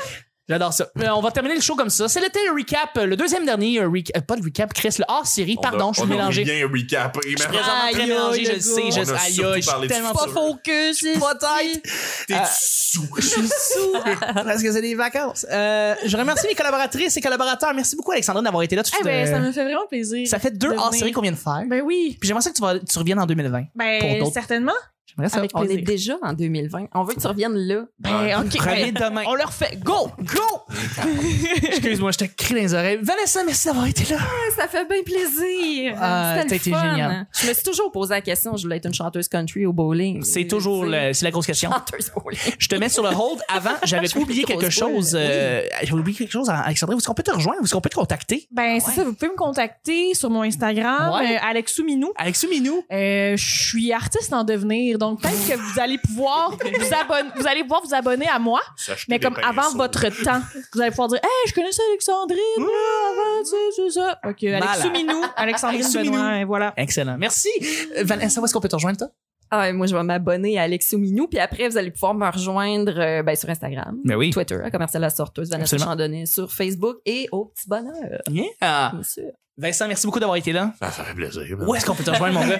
Speaker 1: J'adore ça. Mais on va terminer le show comme ça. C'était le recap, le deuxième dernier euh, reca- euh, pas le recap, Chris, le hors-série. Pardon, je suis mélangé.
Speaker 5: bien recapé.
Speaker 1: Je suis
Speaker 5: mais
Speaker 1: présentement très
Speaker 2: Aïe,
Speaker 1: mélangé,
Speaker 2: aïe,
Speaker 1: je le
Speaker 2: le
Speaker 1: sais,
Speaker 2: gars.
Speaker 1: je
Speaker 5: On a
Speaker 1: aïe,
Speaker 5: surtout
Speaker 1: aïe, je suis
Speaker 5: parlé du
Speaker 1: tellement
Speaker 5: futur.
Speaker 2: Pas
Speaker 1: sûr.
Speaker 2: focus, c'est
Speaker 5: T'es
Speaker 1: Euh,
Speaker 5: sous.
Speaker 1: Je suis sous parce que c'est des vacances. Euh, je remercie mes collaboratrices et collaborateurs. Merci beaucoup, Alexandra, d'avoir été là. Tu
Speaker 2: Eh
Speaker 1: fais
Speaker 2: ben,
Speaker 1: de-
Speaker 2: ça me fait vraiment plaisir.
Speaker 1: Euh, Ça fait deux
Speaker 2: de
Speaker 1: hors-séries
Speaker 2: venir.
Speaker 1: qu'on vient de faire.
Speaker 2: Ben oui.
Speaker 1: Puis j'aimerais ça que tu, vas- tu reviennes en 2020. Pour
Speaker 2: Ben,
Speaker 1: d'autres.
Speaker 2: certainement.
Speaker 1: J'aimerais ça.
Speaker 2: Avec
Speaker 4: On est
Speaker 2: plaisir.
Speaker 4: déjà en 2020. On veut que tu reviennes là.
Speaker 2: Ben, ok.
Speaker 1: Prenez
Speaker 2: ben,
Speaker 1: demain.
Speaker 2: on leur fait go, go!
Speaker 1: Excuse-moi, je te crie dans les oreilles. Vanessa, merci d'avoir été là.
Speaker 4: Ben, Ça fait bien plaisir.
Speaker 1: Ah,
Speaker 4: C'était le
Speaker 1: t'as été
Speaker 4: fun.
Speaker 1: génial.
Speaker 4: Je me suis toujours posé la question, je voulais être une chanteuse country au bowling.
Speaker 1: C'est toujours
Speaker 4: Tu sais,
Speaker 1: le- c'est la grosse question.
Speaker 4: Chanteuse bowling.
Speaker 1: Je te mets sur le hold. Avant, j'avais oublié quelque
Speaker 4: grosse boule.
Speaker 1: chose. euh, J'avais oublié quelque chose, Alexandre. Est-ce qu'on peut te rejoindre? Est-ce qu'on peut te contacter?
Speaker 2: Ben, c'est ça, vous pouvez me contacter sur mon Instagram,
Speaker 1: Ouais.
Speaker 2: euh, Alex Souminou.
Speaker 1: Alexis Minou.
Speaker 2: Euh, je suis artiste en devenir, donc peut-être que vous allez pouvoir vous abonner, vous allez pouvoir vous abonner à moi, mais comme avant votre temps, vous allez pouvoir dire, hey, je connais ça Alexandrine,
Speaker 1: Mmh.
Speaker 2: là, avant, tu sais, c'est ça. Ok, Alex
Speaker 1: Malade.
Speaker 2: Souminou, Alexandrine
Speaker 1: Alex Souminou.
Speaker 2: Benoît, et voilà.
Speaker 1: Excellent. Merci. Euh, Vanessa, où est-ce qu'on peut te rejoindre, toi?
Speaker 4: Ah, et moi, je vais m'abonner à Alexio Minou, puis après, vous allez pouvoir me rejoindre euh, ben, sur Instagram,
Speaker 1: Mais oui.
Speaker 4: Twitter, à Commercial La Sorteuse, Vanessa
Speaker 1: Absolument.
Speaker 4: Chandonnet, sur Facebook et au petit bonheur, bien sûr.
Speaker 1: Ah, Vincent, merci beaucoup d'avoir été là.
Speaker 5: Ah, ça fait plaisir. man.
Speaker 1: Où est-ce qu'on peut te rejoindre, mon gars?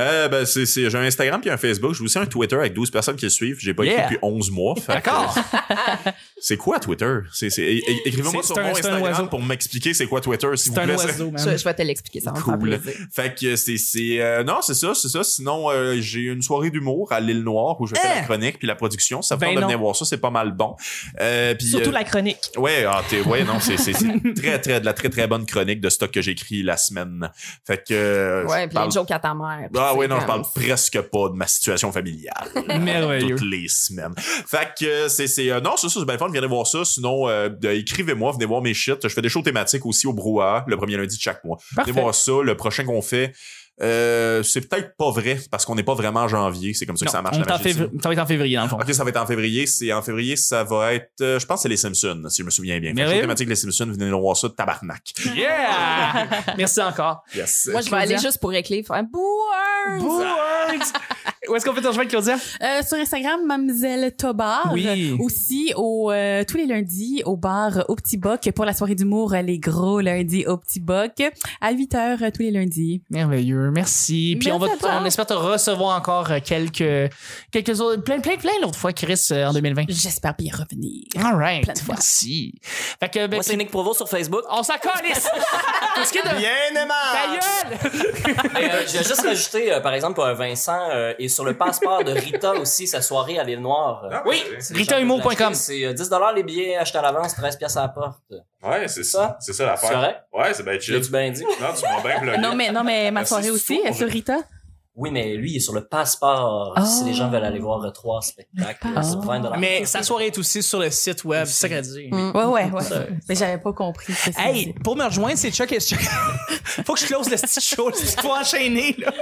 Speaker 5: Euh, ben, c'est, c'est- j'ai un Instagram puis un Facebook. J'ai aussi un Twitter avec 12 personnes qui le suivent. J'ai pas
Speaker 1: Yeah.
Speaker 5: écrit depuis 11 mois. Fait que-
Speaker 1: D'accord.
Speaker 5: C'est quoi Twitter? C'est, c'est- é- é- écrivez-moi
Speaker 1: C'est-
Speaker 5: sur
Speaker 1: c'est un-
Speaker 5: mon
Speaker 1: c'est un
Speaker 5: Instagram
Speaker 1: oiseau.
Speaker 5: pour m'expliquer c'est quoi Twitter,
Speaker 1: C'est
Speaker 5: s'il vous
Speaker 1: un
Speaker 5: plaît.
Speaker 1: oiseau,
Speaker 4: Je,
Speaker 1: man.
Speaker 4: je vais te l'expliquer, ça va me faire
Speaker 5: Cool.
Speaker 4: plaisir.
Speaker 5: Fait que c'est c'est euh, non c'est ça c'est ça sinon euh, j'ai une soirée d'humour à l'île Noire où je fais la chronique puis la production ça vous
Speaker 1: Ben
Speaker 5: tente de
Speaker 1: non.
Speaker 5: venir voir ça c'est pas mal bon euh, puis
Speaker 2: Surtout
Speaker 5: euh,
Speaker 2: la chronique.
Speaker 5: ouais ah, t'es- ouais non c'est c'est c'est très très de la très très bonne chronique de stock que j'écris la semaine fait que euh,
Speaker 4: Ouais,
Speaker 5: je
Speaker 4: puis
Speaker 5: parle-
Speaker 4: les jokes à ta mère. puis
Speaker 5: ah
Speaker 4: c'est
Speaker 5: ouais non je
Speaker 4: comme-
Speaker 5: parle presque pas de ma situation familiale
Speaker 1: Merveilleux.
Speaker 5: toutes les semaines. Fait que euh, c'est c'est euh, non, c'est ça c'est bien le fun, venez voir ça, sinon euh, de- écrivez-moi, venez voir mes shit, je fais des shows thématiques aussi au brouhaha le premier lundi de chaque mois. Venez voir ça, le prochain qu'on fait euh, c'est peut-être pas vrai parce qu'on n'est pas vraiment en janvier, c'est comme ça que ça marche
Speaker 1: on
Speaker 5: la
Speaker 1: t'en
Speaker 5: magie.
Speaker 1: fait, ça va être en février, dans le fond.
Speaker 5: OK, ça va être en février, c'est en février, ça va être euh, je pense que c'est les Simpsons si je me souviens bien. Fait que
Speaker 1: Merveilleux.
Speaker 5: show thématique les Simpsons, venez voir ça tabarnak.
Speaker 1: Yeah! merci encore.
Speaker 5: Yes.
Speaker 4: Moi, je vais
Speaker 1: Claudia.
Speaker 4: aller juste pour écrire, faire Boueur!
Speaker 1: Boards! Où est-ce qu'on peut te rejoindre, Claudia?
Speaker 3: Euh, sur Instagram, Mademoiselle Tobar.
Speaker 1: Oui.
Speaker 3: Aussi, au, euh, tous les lundis, au bar euh, au Petit Boc, pour la soirée d'humour, euh, les gros lundis au Petit Boc, à 8 heures euh, tous les lundis.
Speaker 1: Merveilleux, merci. Puis
Speaker 3: Merci
Speaker 1: on va,
Speaker 3: à toi.
Speaker 1: on espère te recevoir encore euh, quelques, quelques autres, plein, plein, plein l'autre fois, Chris, euh, en 2020.
Speaker 3: J'espère bien revenir.
Speaker 1: All right,
Speaker 3: Plein de fois.
Speaker 1: merci. Fait que, ben,
Speaker 6: Moi, c'est Nick Provo sur Facebook.
Speaker 1: on s'en calisse! Tout ce qui est de...
Speaker 5: Ah, Bien
Speaker 1: Ta
Speaker 5: aimable.
Speaker 1: gueule!
Speaker 6: Et, euh, J'ai juste rajouté, euh, par exemple, euh, Vincent, euh, et sur le passeport de Rita aussi, sa soirée à l'île Noire. Euh,
Speaker 5: Oui.
Speaker 6: c'est
Speaker 1: RitaHumour.com.
Speaker 6: C'est euh, 10 les billets achetés à l'avance, 13 pièces à la porte.
Speaker 5: Ouais, c'est
Speaker 6: ça.
Speaker 5: C'est ça
Speaker 6: C'est correct?
Speaker 5: Ouais, c'est bien
Speaker 6: Je l'ai-tu bien dit?
Speaker 5: Non, tu m'as bien bloqué.
Speaker 3: Non, mais, non, mais
Speaker 1: Ah,
Speaker 3: ma
Speaker 5: Merci,
Speaker 3: soirée aussi,
Speaker 5: Sourd.
Speaker 3: euh, sur Rita.
Speaker 6: Oui, mais lui, il est sur le passeport.
Speaker 3: Oh.
Speaker 6: Si les gens veulent aller voir euh, trois spectacles,
Speaker 3: Le
Speaker 6: c'est 20 dollars.
Speaker 1: Mais sa soirée est aussi sur le site web, c'est ça qu'elle dit.
Speaker 3: Ouais, ouais, ouais. Mais j'avais pas compris. ce que ça
Speaker 1: Mm. Hey,
Speaker 3: disait.
Speaker 1: pour me rejoindre, c'est Chuck et Chuck. Faut que je close le petit show. Il faut enchaîner. Là.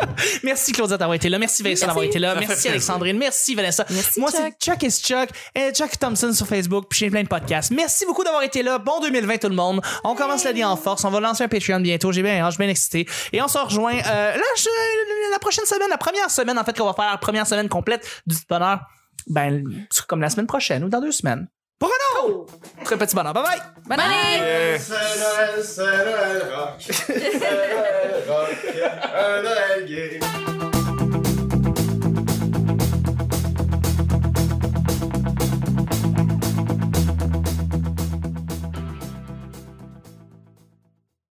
Speaker 1: Merci Claudia d'avoir été là. Merci Vincent d'avoir été là.
Speaker 5: Ça fait
Speaker 1: Merci
Speaker 5: plaisir.
Speaker 1: Alexandrine. Merci Vanessa.
Speaker 4: Merci,
Speaker 1: Moi,
Speaker 4: Chuck.
Speaker 1: c'est Chuck et Chuck. Et Chuck Thompson sur Facebook. Puis j'ai plein de podcasts. Merci beaucoup d'avoir été là. Bon 2020 tout le monde. On commence l'année en force. On va lancer un Patreon bientôt. J'ai bien hâte, je suis bien excité. Et on se rejoint euh, là, je- la prochaine semaine, la première semaine en fait qu'on va faire la première semaine complète du petit bonheur. Ben, comme la semaine prochaine ou dans deux semaines. Pour un autre! Très petit bonheur. Bye bye!
Speaker 4: Bonne année!
Speaker 5: Euh,
Speaker 7: C'est Noël, c'est Noël rock. C'est Noël rock. Un Noël